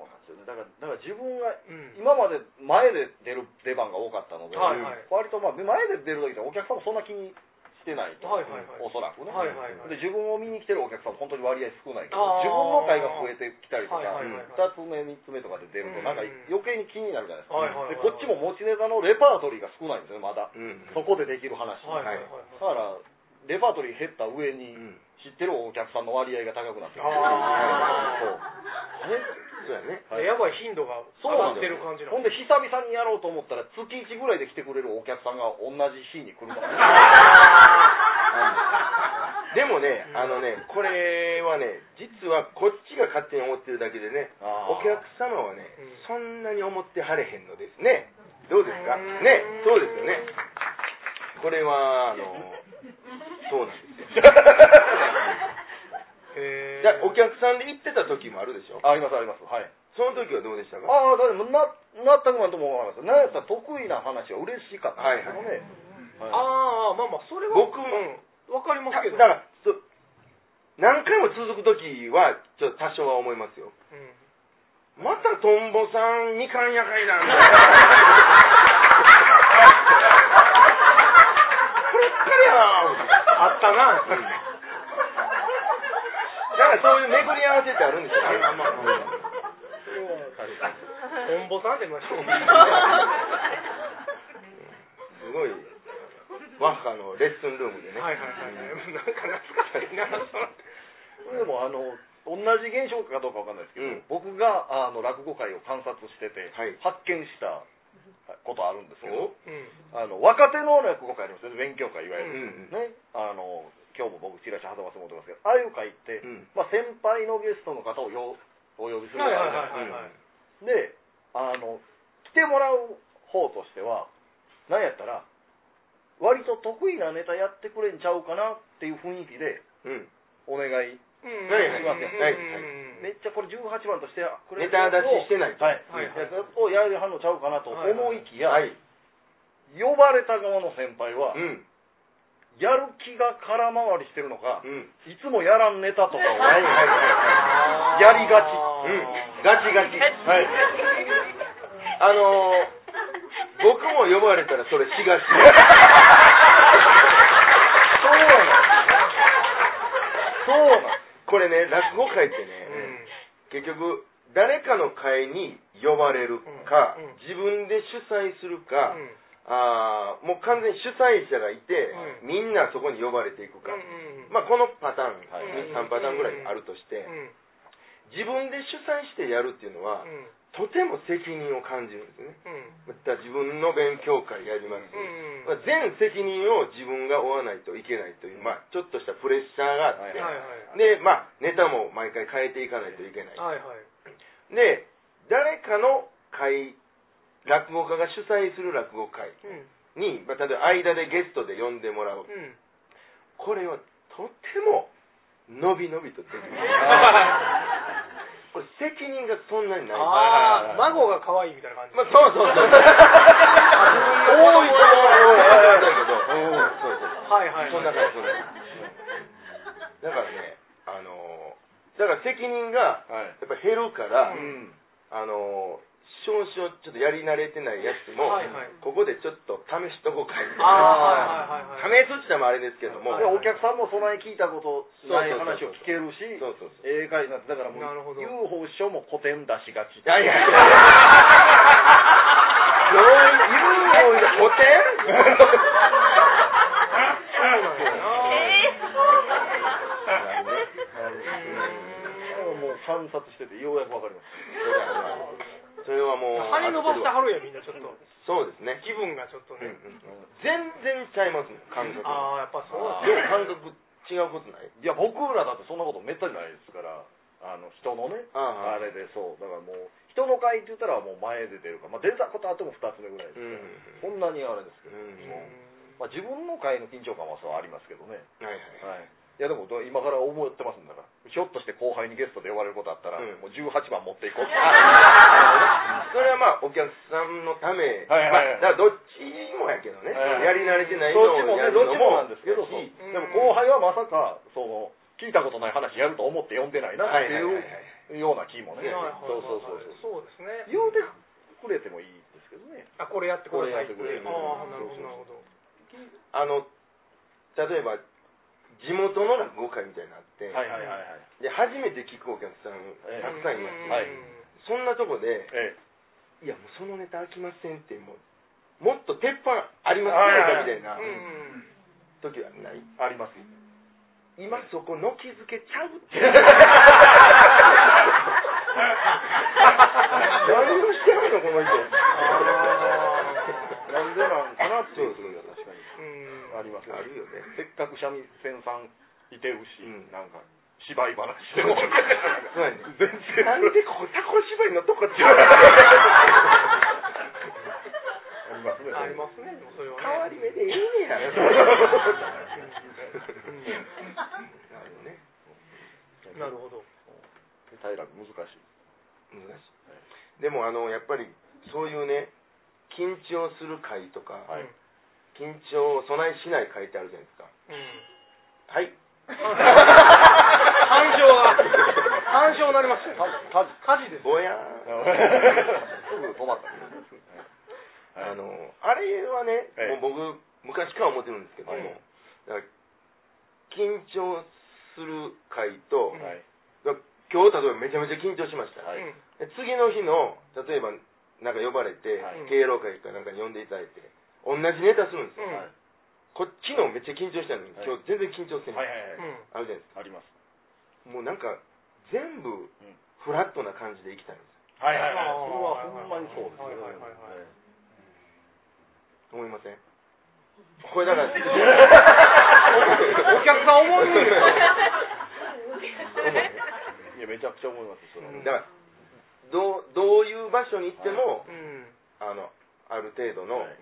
[SPEAKER 4] そうなんですよねだからだから自分
[SPEAKER 3] う
[SPEAKER 4] が
[SPEAKER 3] ん
[SPEAKER 4] 今まで前で出る出番が多かったので、
[SPEAKER 3] はいはい
[SPEAKER 4] 割とまあ前で出る時ってお客さんもそんな気にしてないと、
[SPEAKER 3] はいはいはい
[SPEAKER 4] おそらくね、
[SPEAKER 3] はいはいはい
[SPEAKER 4] で自分を見に来てるお客さんも本当に割合少ないけど
[SPEAKER 3] あー
[SPEAKER 4] 自分の会が増えてきたりとか、
[SPEAKER 3] はい
[SPEAKER 2] はいはい
[SPEAKER 3] はい
[SPEAKER 4] 2つ目3つ目とかで出ると
[SPEAKER 3] うん
[SPEAKER 4] なんか余計に気になるじゃないですか、
[SPEAKER 3] はいはいはいはい
[SPEAKER 4] でこっちも持ちネタのレパートリーが少ないんですよねまだ、
[SPEAKER 2] うん
[SPEAKER 4] そこでできる話、
[SPEAKER 3] はいはいはい
[SPEAKER 4] だからレパートリー減った上
[SPEAKER 2] う
[SPEAKER 4] に、
[SPEAKER 2] ん
[SPEAKER 4] 知ってるお客さんの割合が高くなってくる
[SPEAKER 3] あ
[SPEAKER 4] そうね
[SPEAKER 2] そうやね
[SPEAKER 4] はい
[SPEAKER 3] やばい頻度が
[SPEAKER 4] そう
[SPEAKER 3] 上
[SPEAKER 4] な
[SPEAKER 3] が
[SPEAKER 4] ん
[SPEAKER 3] っ
[SPEAKER 4] で
[SPEAKER 3] て
[SPEAKER 4] す
[SPEAKER 3] る
[SPEAKER 4] よ
[SPEAKER 3] 感じな
[SPEAKER 4] ほんで久々にやろうと思ったら月1ぐらいで来てくれるお客さんが同じ日に来るから
[SPEAKER 2] あのでもね
[SPEAKER 3] うん
[SPEAKER 2] あのねこれはね実はこっちが勝手に思ってるだけでね
[SPEAKER 4] あー
[SPEAKER 2] お客様はね
[SPEAKER 3] うん
[SPEAKER 2] そんなに思ってはれへんのですねどうですか
[SPEAKER 3] うん
[SPEAKER 2] ねそうですよねこれはあのそうなんですよ
[SPEAKER 3] へー
[SPEAKER 2] だからお客さんで行ってた時もあるでしょ
[SPEAKER 4] ありますありますはい
[SPEAKER 2] その時はどうでしたか
[SPEAKER 4] ああだってななったくまんとも思わなかったなんやったら得意な話は嬉しかったんですけどね、はい
[SPEAKER 3] ああまあまあそれは
[SPEAKER 2] 僕
[SPEAKER 3] う
[SPEAKER 2] も
[SPEAKER 3] んわかります
[SPEAKER 2] た
[SPEAKER 3] けど
[SPEAKER 2] だからそ何回も続く時はちょっと多少は思いますよ
[SPEAKER 3] うん
[SPEAKER 2] またトンボさんみかんやかいなんだこれっかりやな
[SPEAKER 3] あったな
[SPEAKER 2] うんなんかそういう巡り合わせってあるんですよね
[SPEAKER 3] まあまあまあトンボさんってまあトンボ
[SPEAKER 2] すごいワッハのレッスンルームでね、
[SPEAKER 3] はいはいはいはいなんか懐かしいなその
[SPEAKER 4] これでもあの同じ現象かどうかわかんないですけど、
[SPEAKER 2] うん
[SPEAKER 4] 僕があの落語界を観察してて、
[SPEAKER 2] はい
[SPEAKER 4] 発見したことあるんですけ
[SPEAKER 2] お
[SPEAKER 4] ど
[SPEAKER 3] うん
[SPEAKER 4] あの若手の落語界ありますよね勉強会いわゆる、
[SPEAKER 2] うんうん
[SPEAKER 4] ね、あの今日も僕チラシ挟ませてもらってますけどああいう会って、
[SPEAKER 2] うん
[SPEAKER 4] まあ、先輩のゲストの方をよお呼びする
[SPEAKER 3] はいはいは
[SPEAKER 4] 会
[SPEAKER 3] いはい
[SPEAKER 4] であの来てもらう方としてはなんやったら割と得意なネタやってくれんちゃうかなっていう雰囲気で
[SPEAKER 2] うん
[SPEAKER 4] お願い
[SPEAKER 3] うん
[SPEAKER 2] はい
[SPEAKER 4] はい
[SPEAKER 3] うん
[SPEAKER 2] はい
[SPEAKER 4] はい
[SPEAKER 3] うん
[SPEAKER 4] めっちゃこれ18番としてくれ
[SPEAKER 2] ネタ出ししててないと。
[SPEAKER 4] はい、
[SPEAKER 3] はいはい
[SPEAKER 4] やつをやりはんのちゃうかなと思いきや、
[SPEAKER 2] はい。
[SPEAKER 4] 呼ばれた側の先輩は、
[SPEAKER 2] うん。
[SPEAKER 4] やる気が空回りしてるのか、
[SPEAKER 2] うん。
[SPEAKER 4] いつもやらんネタとか を
[SPEAKER 2] はいはいはい
[SPEAKER 4] やりがち
[SPEAKER 3] う
[SPEAKER 2] う
[SPEAKER 3] んん。
[SPEAKER 2] ガチガチ。
[SPEAKER 4] はい
[SPEAKER 2] あのー、僕も呼ばれたらそれしがち。
[SPEAKER 4] そうなのそうなの
[SPEAKER 2] これね、落語会ってね、結局、誰かの会に呼ばれるか
[SPEAKER 3] うんうん、
[SPEAKER 2] 自分で主催するか、
[SPEAKER 3] うん
[SPEAKER 2] あーもう完全に主催者がいて、
[SPEAKER 3] うん
[SPEAKER 2] みんなそこに呼ばれていくか、
[SPEAKER 3] うん
[SPEAKER 2] まあ、このパターン、
[SPEAKER 4] はい
[SPEAKER 2] 3パターンぐらいあるとして、
[SPEAKER 3] うんうん
[SPEAKER 2] 自分で主催してやるっていうのは、
[SPEAKER 3] うん
[SPEAKER 2] とても責任を感じるんですね
[SPEAKER 3] うん
[SPEAKER 2] また自分の勉強会やります、
[SPEAKER 3] うん
[SPEAKER 2] まあ全責任を自分が負わないといけないという、まあ、ちょっとしたプレッシャーがあって、
[SPEAKER 3] はいはい
[SPEAKER 2] でまあ、ネタも毎回変えていかないといけない、
[SPEAKER 3] はいはい
[SPEAKER 2] で誰かの会落語家が主催する落語会
[SPEAKER 3] うん
[SPEAKER 2] に、まあ、例えば間でゲストで呼んでもら
[SPEAKER 3] う
[SPEAKER 2] う
[SPEAKER 3] ん
[SPEAKER 2] これはとっても伸び伸びとできるこれ責任がそんなにない
[SPEAKER 3] ああ孫が可愛いみたいな感じ
[SPEAKER 2] まあ、そうそうそう多いと思う
[SPEAKER 4] うん
[SPEAKER 2] そうそう
[SPEAKER 3] はいはいはい
[SPEAKER 2] そんな感じそんな感じだからねあのーだから責任が
[SPEAKER 4] はい
[SPEAKER 2] やっぱ減るから、
[SPEAKER 4] うん
[SPEAKER 2] あのー少々ちょっとやり慣れてないやつも、
[SPEAKER 3] はいはい
[SPEAKER 2] ここでちょっと試しとこうかい
[SPEAKER 3] あーはいはいはいはい
[SPEAKER 2] 試すってのもあれですけども、
[SPEAKER 4] でお客さんもそない聞いたことない話を聞けるし
[SPEAKER 2] そうそうそう
[SPEAKER 4] ええ会になってだからも
[SPEAKER 3] なるほど
[SPEAKER 4] う UFO 師匠も古典出しがち
[SPEAKER 2] いやい やいや。古典
[SPEAKER 3] そうなんやな
[SPEAKER 4] もう観察しててようやくわかります
[SPEAKER 2] それはもう。
[SPEAKER 3] 跳ね伸ばしてはるやみんなちょっと
[SPEAKER 2] そうですね。
[SPEAKER 3] 気分がちょっとね
[SPEAKER 2] 全然ちゃいますもん、感覚。
[SPEAKER 3] ああやっぱそうだ
[SPEAKER 2] でも感覚違うことない
[SPEAKER 4] いや僕らだってそんなことめったにないですからあの人のね
[SPEAKER 2] ああ
[SPEAKER 4] あれでそうだからもう人の会って言ったらもう前で出るか、まあ、出たことあっても2つ目ぐらいです
[SPEAKER 2] う
[SPEAKER 4] か
[SPEAKER 2] ん。
[SPEAKER 4] ら、そんなにあれですけど、
[SPEAKER 2] うん
[SPEAKER 4] まあ、自分の会の緊張感はそうありますけどね、
[SPEAKER 2] はいはい。
[SPEAKER 4] はい、いやでもど今から思ってますんだからひょっとして後輩にゲストで呼ばれることあったら、
[SPEAKER 2] うん
[SPEAKER 4] もう18番持っていこうって
[SPEAKER 2] それはまあ、お客さんのため、
[SPEAKER 4] はいはいはい
[SPEAKER 2] まあ、だからどっちもやけどね、
[SPEAKER 4] はい
[SPEAKER 2] やり慣れてないの
[SPEAKER 4] どっ
[SPEAKER 2] を
[SPEAKER 4] ちも
[SPEAKER 2] や
[SPEAKER 4] ね
[SPEAKER 2] る
[SPEAKER 4] どっ
[SPEAKER 2] の
[SPEAKER 4] ちも
[SPEAKER 2] も
[SPEAKER 4] なんですけどそう
[SPEAKER 2] いい
[SPEAKER 4] でも後輩はまさかその聞いたことない話やると思って呼んでないなって
[SPEAKER 2] はいはいはい
[SPEAKER 4] いうような気もね、
[SPEAKER 2] はいはい
[SPEAKER 4] そうそうそうそう
[SPEAKER 3] そうですね
[SPEAKER 4] 言うてくれてもいいですけどね
[SPEAKER 3] あこれやってくださいって
[SPEAKER 4] これやってく
[SPEAKER 3] あ
[SPEAKER 4] れ
[SPEAKER 3] あなるほどなるほど
[SPEAKER 2] あの例えば地元の落語会みたいになって、
[SPEAKER 4] はいはいはいはい
[SPEAKER 2] で初めて聞くお客さん
[SPEAKER 4] ええ
[SPEAKER 2] たくさんいます、
[SPEAKER 4] はい
[SPEAKER 2] そんなとこで
[SPEAKER 4] ええ
[SPEAKER 2] 「いやもうそのネタ飽きません」ってもうもっと鉄板ありますよ
[SPEAKER 4] はいは
[SPEAKER 2] み
[SPEAKER 4] い
[SPEAKER 2] たいな
[SPEAKER 3] うんうん
[SPEAKER 2] 時はない
[SPEAKER 4] あります
[SPEAKER 2] 今そこの気づけちゃうって 何をしてるのこの人
[SPEAKER 3] あ
[SPEAKER 4] なんでなんかなっていうのが確かに
[SPEAKER 3] うん
[SPEAKER 4] あります
[SPEAKER 2] あるよね
[SPEAKER 4] せっかく三味線さんいてるし、
[SPEAKER 2] うん
[SPEAKER 4] なんか芝居話でも
[SPEAKER 2] そうやね
[SPEAKER 4] 全然
[SPEAKER 2] なんでこたこ芝居のとこ違う
[SPEAKER 4] ありますね
[SPEAKER 3] ありますねでもそれはね
[SPEAKER 2] 変わり目でいいねや
[SPEAKER 4] うん
[SPEAKER 2] なるほどね
[SPEAKER 3] なるほど
[SPEAKER 4] 平良君難しい
[SPEAKER 2] 難しいでもあのやっぱりそういうね緊張する会とか、
[SPEAKER 4] はい
[SPEAKER 2] 緊張を備えしない会ってあるじゃないですか
[SPEAKER 3] うん
[SPEAKER 2] はい
[SPEAKER 3] 干渉が干渉になりましたよ
[SPEAKER 4] 火事
[SPEAKER 3] 火事です
[SPEAKER 2] ぼや
[SPEAKER 4] す
[SPEAKER 2] ーん
[SPEAKER 4] ぐ止まった
[SPEAKER 2] あのあれはね、
[SPEAKER 4] え
[SPEAKER 2] も
[SPEAKER 4] え
[SPEAKER 2] う僕昔から思ってるんですけども、
[SPEAKER 4] はい
[SPEAKER 2] だから緊張する会と、
[SPEAKER 3] うん
[SPEAKER 4] はい
[SPEAKER 2] だから今日例えばめちゃめちゃ緊張しました、
[SPEAKER 4] は
[SPEAKER 3] う
[SPEAKER 4] い
[SPEAKER 3] ん
[SPEAKER 2] で次の日の例えばなんか呼ばれて、
[SPEAKER 4] はい
[SPEAKER 2] 敬老会かなんかに呼んでいただいて同じネタするんですよ、
[SPEAKER 3] うん
[SPEAKER 4] はい
[SPEAKER 2] こっちのめっちゃ緊張したのに、
[SPEAKER 4] はい
[SPEAKER 2] 今日全然緊張して
[SPEAKER 4] は
[SPEAKER 2] ないい、
[SPEAKER 4] はいはい
[SPEAKER 2] あるじゃないです
[SPEAKER 4] あります
[SPEAKER 2] かもうなんか全部フラットな感じでいきたいんで
[SPEAKER 4] はい
[SPEAKER 3] はいはい
[SPEAKER 4] それはほんまにそうですね
[SPEAKER 3] はいはいはいはい
[SPEAKER 4] はい
[SPEAKER 2] す思いませんこれだ から
[SPEAKER 3] お客 さん思うんですよ
[SPEAKER 4] いやめちゃくちゃ思いますそれは
[SPEAKER 3] うん
[SPEAKER 2] だからどうどういう場所に行っても、
[SPEAKER 3] うん
[SPEAKER 2] あのある程度の
[SPEAKER 4] はい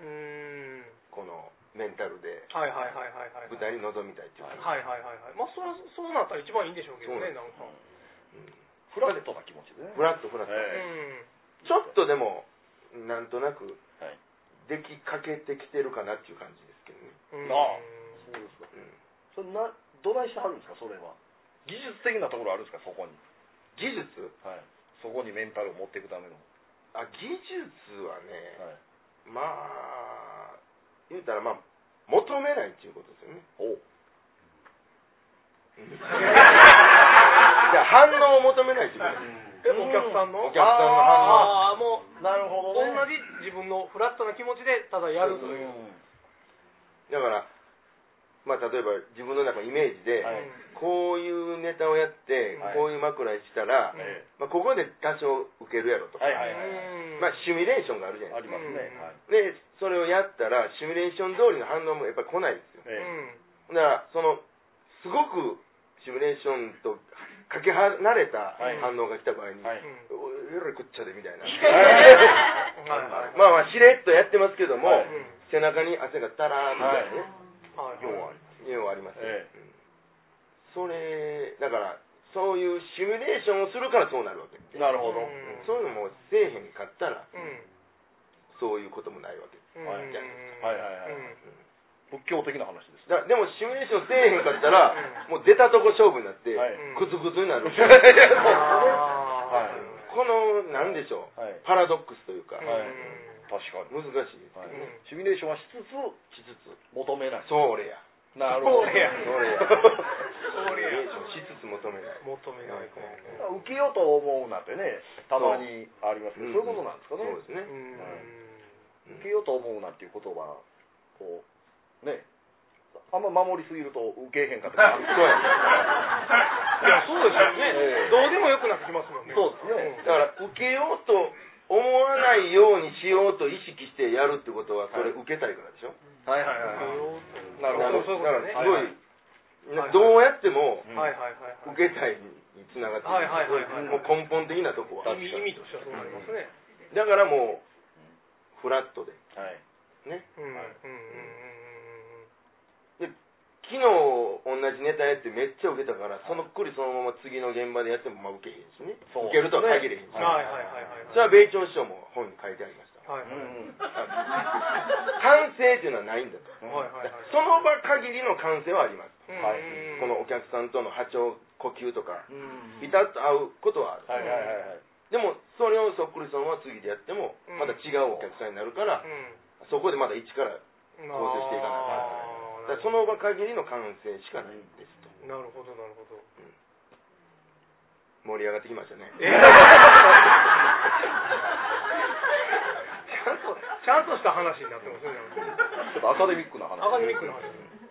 [SPEAKER 3] ー
[SPEAKER 4] う
[SPEAKER 3] ん
[SPEAKER 2] このメンタルで
[SPEAKER 3] はいはいはいはいはい
[SPEAKER 2] 舞台に臨みたいっていうか、
[SPEAKER 3] はいはいはいはいまあそうそうなったら一番いいんでしょうけどねなんか
[SPEAKER 4] フラットな気持ちでね。
[SPEAKER 2] フラットフラット、
[SPEAKER 4] え
[SPEAKER 2] ちょっとでもなんとなく
[SPEAKER 4] はい
[SPEAKER 2] できかけてきてるかなっていう感じですけど
[SPEAKER 3] う
[SPEAKER 2] ね、
[SPEAKER 3] ん。
[SPEAKER 4] なあ
[SPEAKER 3] うん
[SPEAKER 4] そうですか。
[SPEAKER 2] うん
[SPEAKER 4] それな、どないしてはるんですか、それは。技術的なところあるんですか、そこに。
[SPEAKER 2] 技術
[SPEAKER 4] はい。そこにメンタルを持っていくための。
[SPEAKER 2] あ
[SPEAKER 4] は
[SPEAKER 2] 技術はね、
[SPEAKER 4] い。
[SPEAKER 2] まあ言うたらまあ求めないっていうことですよね
[SPEAKER 4] おう
[SPEAKER 2] じゃ反応を求めないってことです
[SPEAKER 3] えお客さんの
[SPEAKER 2] お客さんの反応
[SPEAKER 3] ああ、もう、
[SPEAKER 4] なるほ
[SPEAKER 3] 同じ自分のフラットな気持ちで、ただやるという。
[SPEAKER 2] だからまあ例えば自分の中のイメージで、
[SPEAKER 4] は
[SPEAKER 3] う
[SPEAKER 4] い
[SPEAKER 3] ん
[SPEAKER 2] こういうネタをやって、
[SPEAKER 4] はい
[SPEAKER 2] こういう枕にしたら、
[SPEAKER 3] うん
[SPEAKER 4] え
[SPEAKER 2] まあ、ここで多少受けるやろとか、
[SPEAKER 4] はいはいはいはい。
[SPEAKER 3] うん
[SPEAKER 2] まあ、シミュレーションがあるじゃな
[SPEAKER 4] あ
[SPEAKER 2] い
[SPEAKER 4] ります
[SPEAKER 3] う
[SPEAKER 4] ね。
[SPEAKER 3] ん
[SPEAKER 4] はい。
[SPEAKER 2] でそれをやったらシミュレーション通りの反応もやっぱり来ないんですよ
[SPEAKER 4] ええ
[SPEAKER 2] だからそのすごくシミュレーションとかけ離れた
[SPEAKER 4] はい
[SPEAKER 2] 反応が来た場合に、
[SPEAKER 4] は
[SPEAKER 3] う
[SPEAKER 4] い
[SPEAKER 3] んうん
[SPEAKER 2] おえらいこっちゃでみたいな
[SPEAKER 3] は いはい
[SPEAKER 2] まあまあしれっとやってますけども、
[SPEAKER 4] はい
[SPEAKER 3] うん
[SPEAKER 2] 背中に汗がたらーンみたいなね、
[SPEAKER 3] はい
[SPEAKER 4] 要はあり
[SPEAKER 2] 要はありますね、
[SPEAKER 4] え
[SPEAKER 2] うんそれだからそういうシミュレーションをするからそうなるわけで
[SPEAKER 4] なるほど。
[SPEAKER 3] うん
[SPEAKER 2] そういうのもせえへんかったら
[SPEAKER 3] う
[SPEAKER 2] そういうこともないわけ
[SPEAKER 3] ん
[SPEAKER 4] はい
[SPEAKER 3] うん
[SPEAKER 4] はいはいはい仏教的な話ですね。
[SPEAKER 2] だでもシミュレーションせえへんかったらもう出たとこ勝負になって
[SPEAKER 4] はい
[SPEAKER 3] うん
[SPEAKER 2] グツグツにな る、
[SPEAKER 3] あー
[SPEAKER 2] このなんでしょう、
[SPEAKER 4] はい
[SPEAKER 2] パラドックスというか、
[SPEAKER 3] うん
[SPEAKER 4] はい確かに。
[SPEAKER 2] 難しいですけど、
[SPEAKER 4] はい
[SPEAKER 3] うん
[SPEAKER 4] シミュレーションはしつつ
[SPEAKER 2] しつつ
[SPEAKER 4] 求めない。
[SPEAKER 2] それや
[SPEAKER 4] な
[SPEAKER 3] それや
[SPEAKER 2] それ
[SPEAKER 3] そ
[SPEAKER 2] や
[SPEAKER 3] れや
[SPEAKER 2] シミュレーションしつつ求めない
[SPEAKER 3] 求めないかも
[SPEAKER 4] 受けようと思うなんてね、たまにありますけど、そういうことなんですかね。
[SPEAKER 2] そうですね
[SPEAKER 3] う、ん
[SPEAKER 4] 受けようと思うなんていう言葉はこうねあんま守りすぎると受けへんかった り
[SPEAKER 2] そうや
[SPEAKER 3] いやそうですよ
[SPEAKER 4] え
[SPEAKER 3] ね
[SPEAKER 4] え
[SPEAKER 3] どうでもよくなってきますもんね
[SPEAKER 4] そうですね
[SPEAKER 2] だから受けようと思わないようにしようと意識してやるってことはそれ
[SPEAKER 4] は
[SPEAKER 2] 受けたいからでしょ、
[SPEAKER 4] はいはい
[SPEAKER 3] うん
[SPEAKER 4] なるほど
[SPEAKER 3] そういうこと
[SPEAKER 2] だから
[SPEAKER 3] ね
[SPEAKER 2] す
[SPEAKER 4] は
[SPEAKER 2] ご
[SPEAKER 4] い
[SPEAKER 2] い、
[SPEAKER 3] はい
[SPEAKER 2] どうやっても
[SPEAKER 4] うん
[SPEAKER 3] はいはいはい
[SPEAKER 2] 受けたいにつながってくる、
[SPEAKER 3] はいはいはいはい
[SPEAKER 2] もう根本的なとこは
[SPEAKER 3] はい意味意味としてはそうなりますね
[SPEAKER 2] だからもうフラットで
[SPEAKER 4] はい
[SPEAKER 2] ね
[SPEAKER 3] うんうんうん
[SPEAKER 4] はい
[SPEAKER 2] 昨日同じネタやってめっちゃ受けたからそのっくりそのまま次の現場でやってもまあ受けへんしね
[SPEAKER 4] そう
[SPEAKER 2] 受けるとは限れへんし、
[SPEAKER 3] うんはいはいはいはい
[SPEAKER 2] それは米朝師匠も本に書いてありました
[SPEAKER 3] はいはい
[SPEAKER 2] 完成っていうのはないんだと
[SPEAKER 4] うん
[SPEAKER 3] はいはいはい
[SPEAKER 2] その場限りの完成はあります
[SPEAKER 3] うん
[SPEAKER 4] はい
[SPEAKER 3] うん
[SPEAKER 2] このお客さんとの波長呼吸とか
[SPEAKER 4] うん
[SPEAKER 2] ピタッと合うことはある、
[SPEAKER 4] はいはいはいはい
[SPEAKER 2] でもそれをそっくりさんは次でやっても
[SPEAKER 3] うん
[SPEAKER 2] また違うお客さんになるから、
[SPEAKER 3] う
[SPEAKER 2] そこでまた一から
[SPEAKER 3] ん
[SPEAKER 2] 構成していかないだから
[SPEAKER 3] あー
[SPEAKER 2] その場限りの完成しかないんですと
[SPEAKER 3] なるほどなるほど
[SPEAKER 2] 盛り上がってきましたね
[SPEAKER 3] えー ちゃんとちゃんとした話になってますねなんか
[SPEAKER 4] ちょっとアカデミックな話
[SPEAKER 3] アカデミックな話です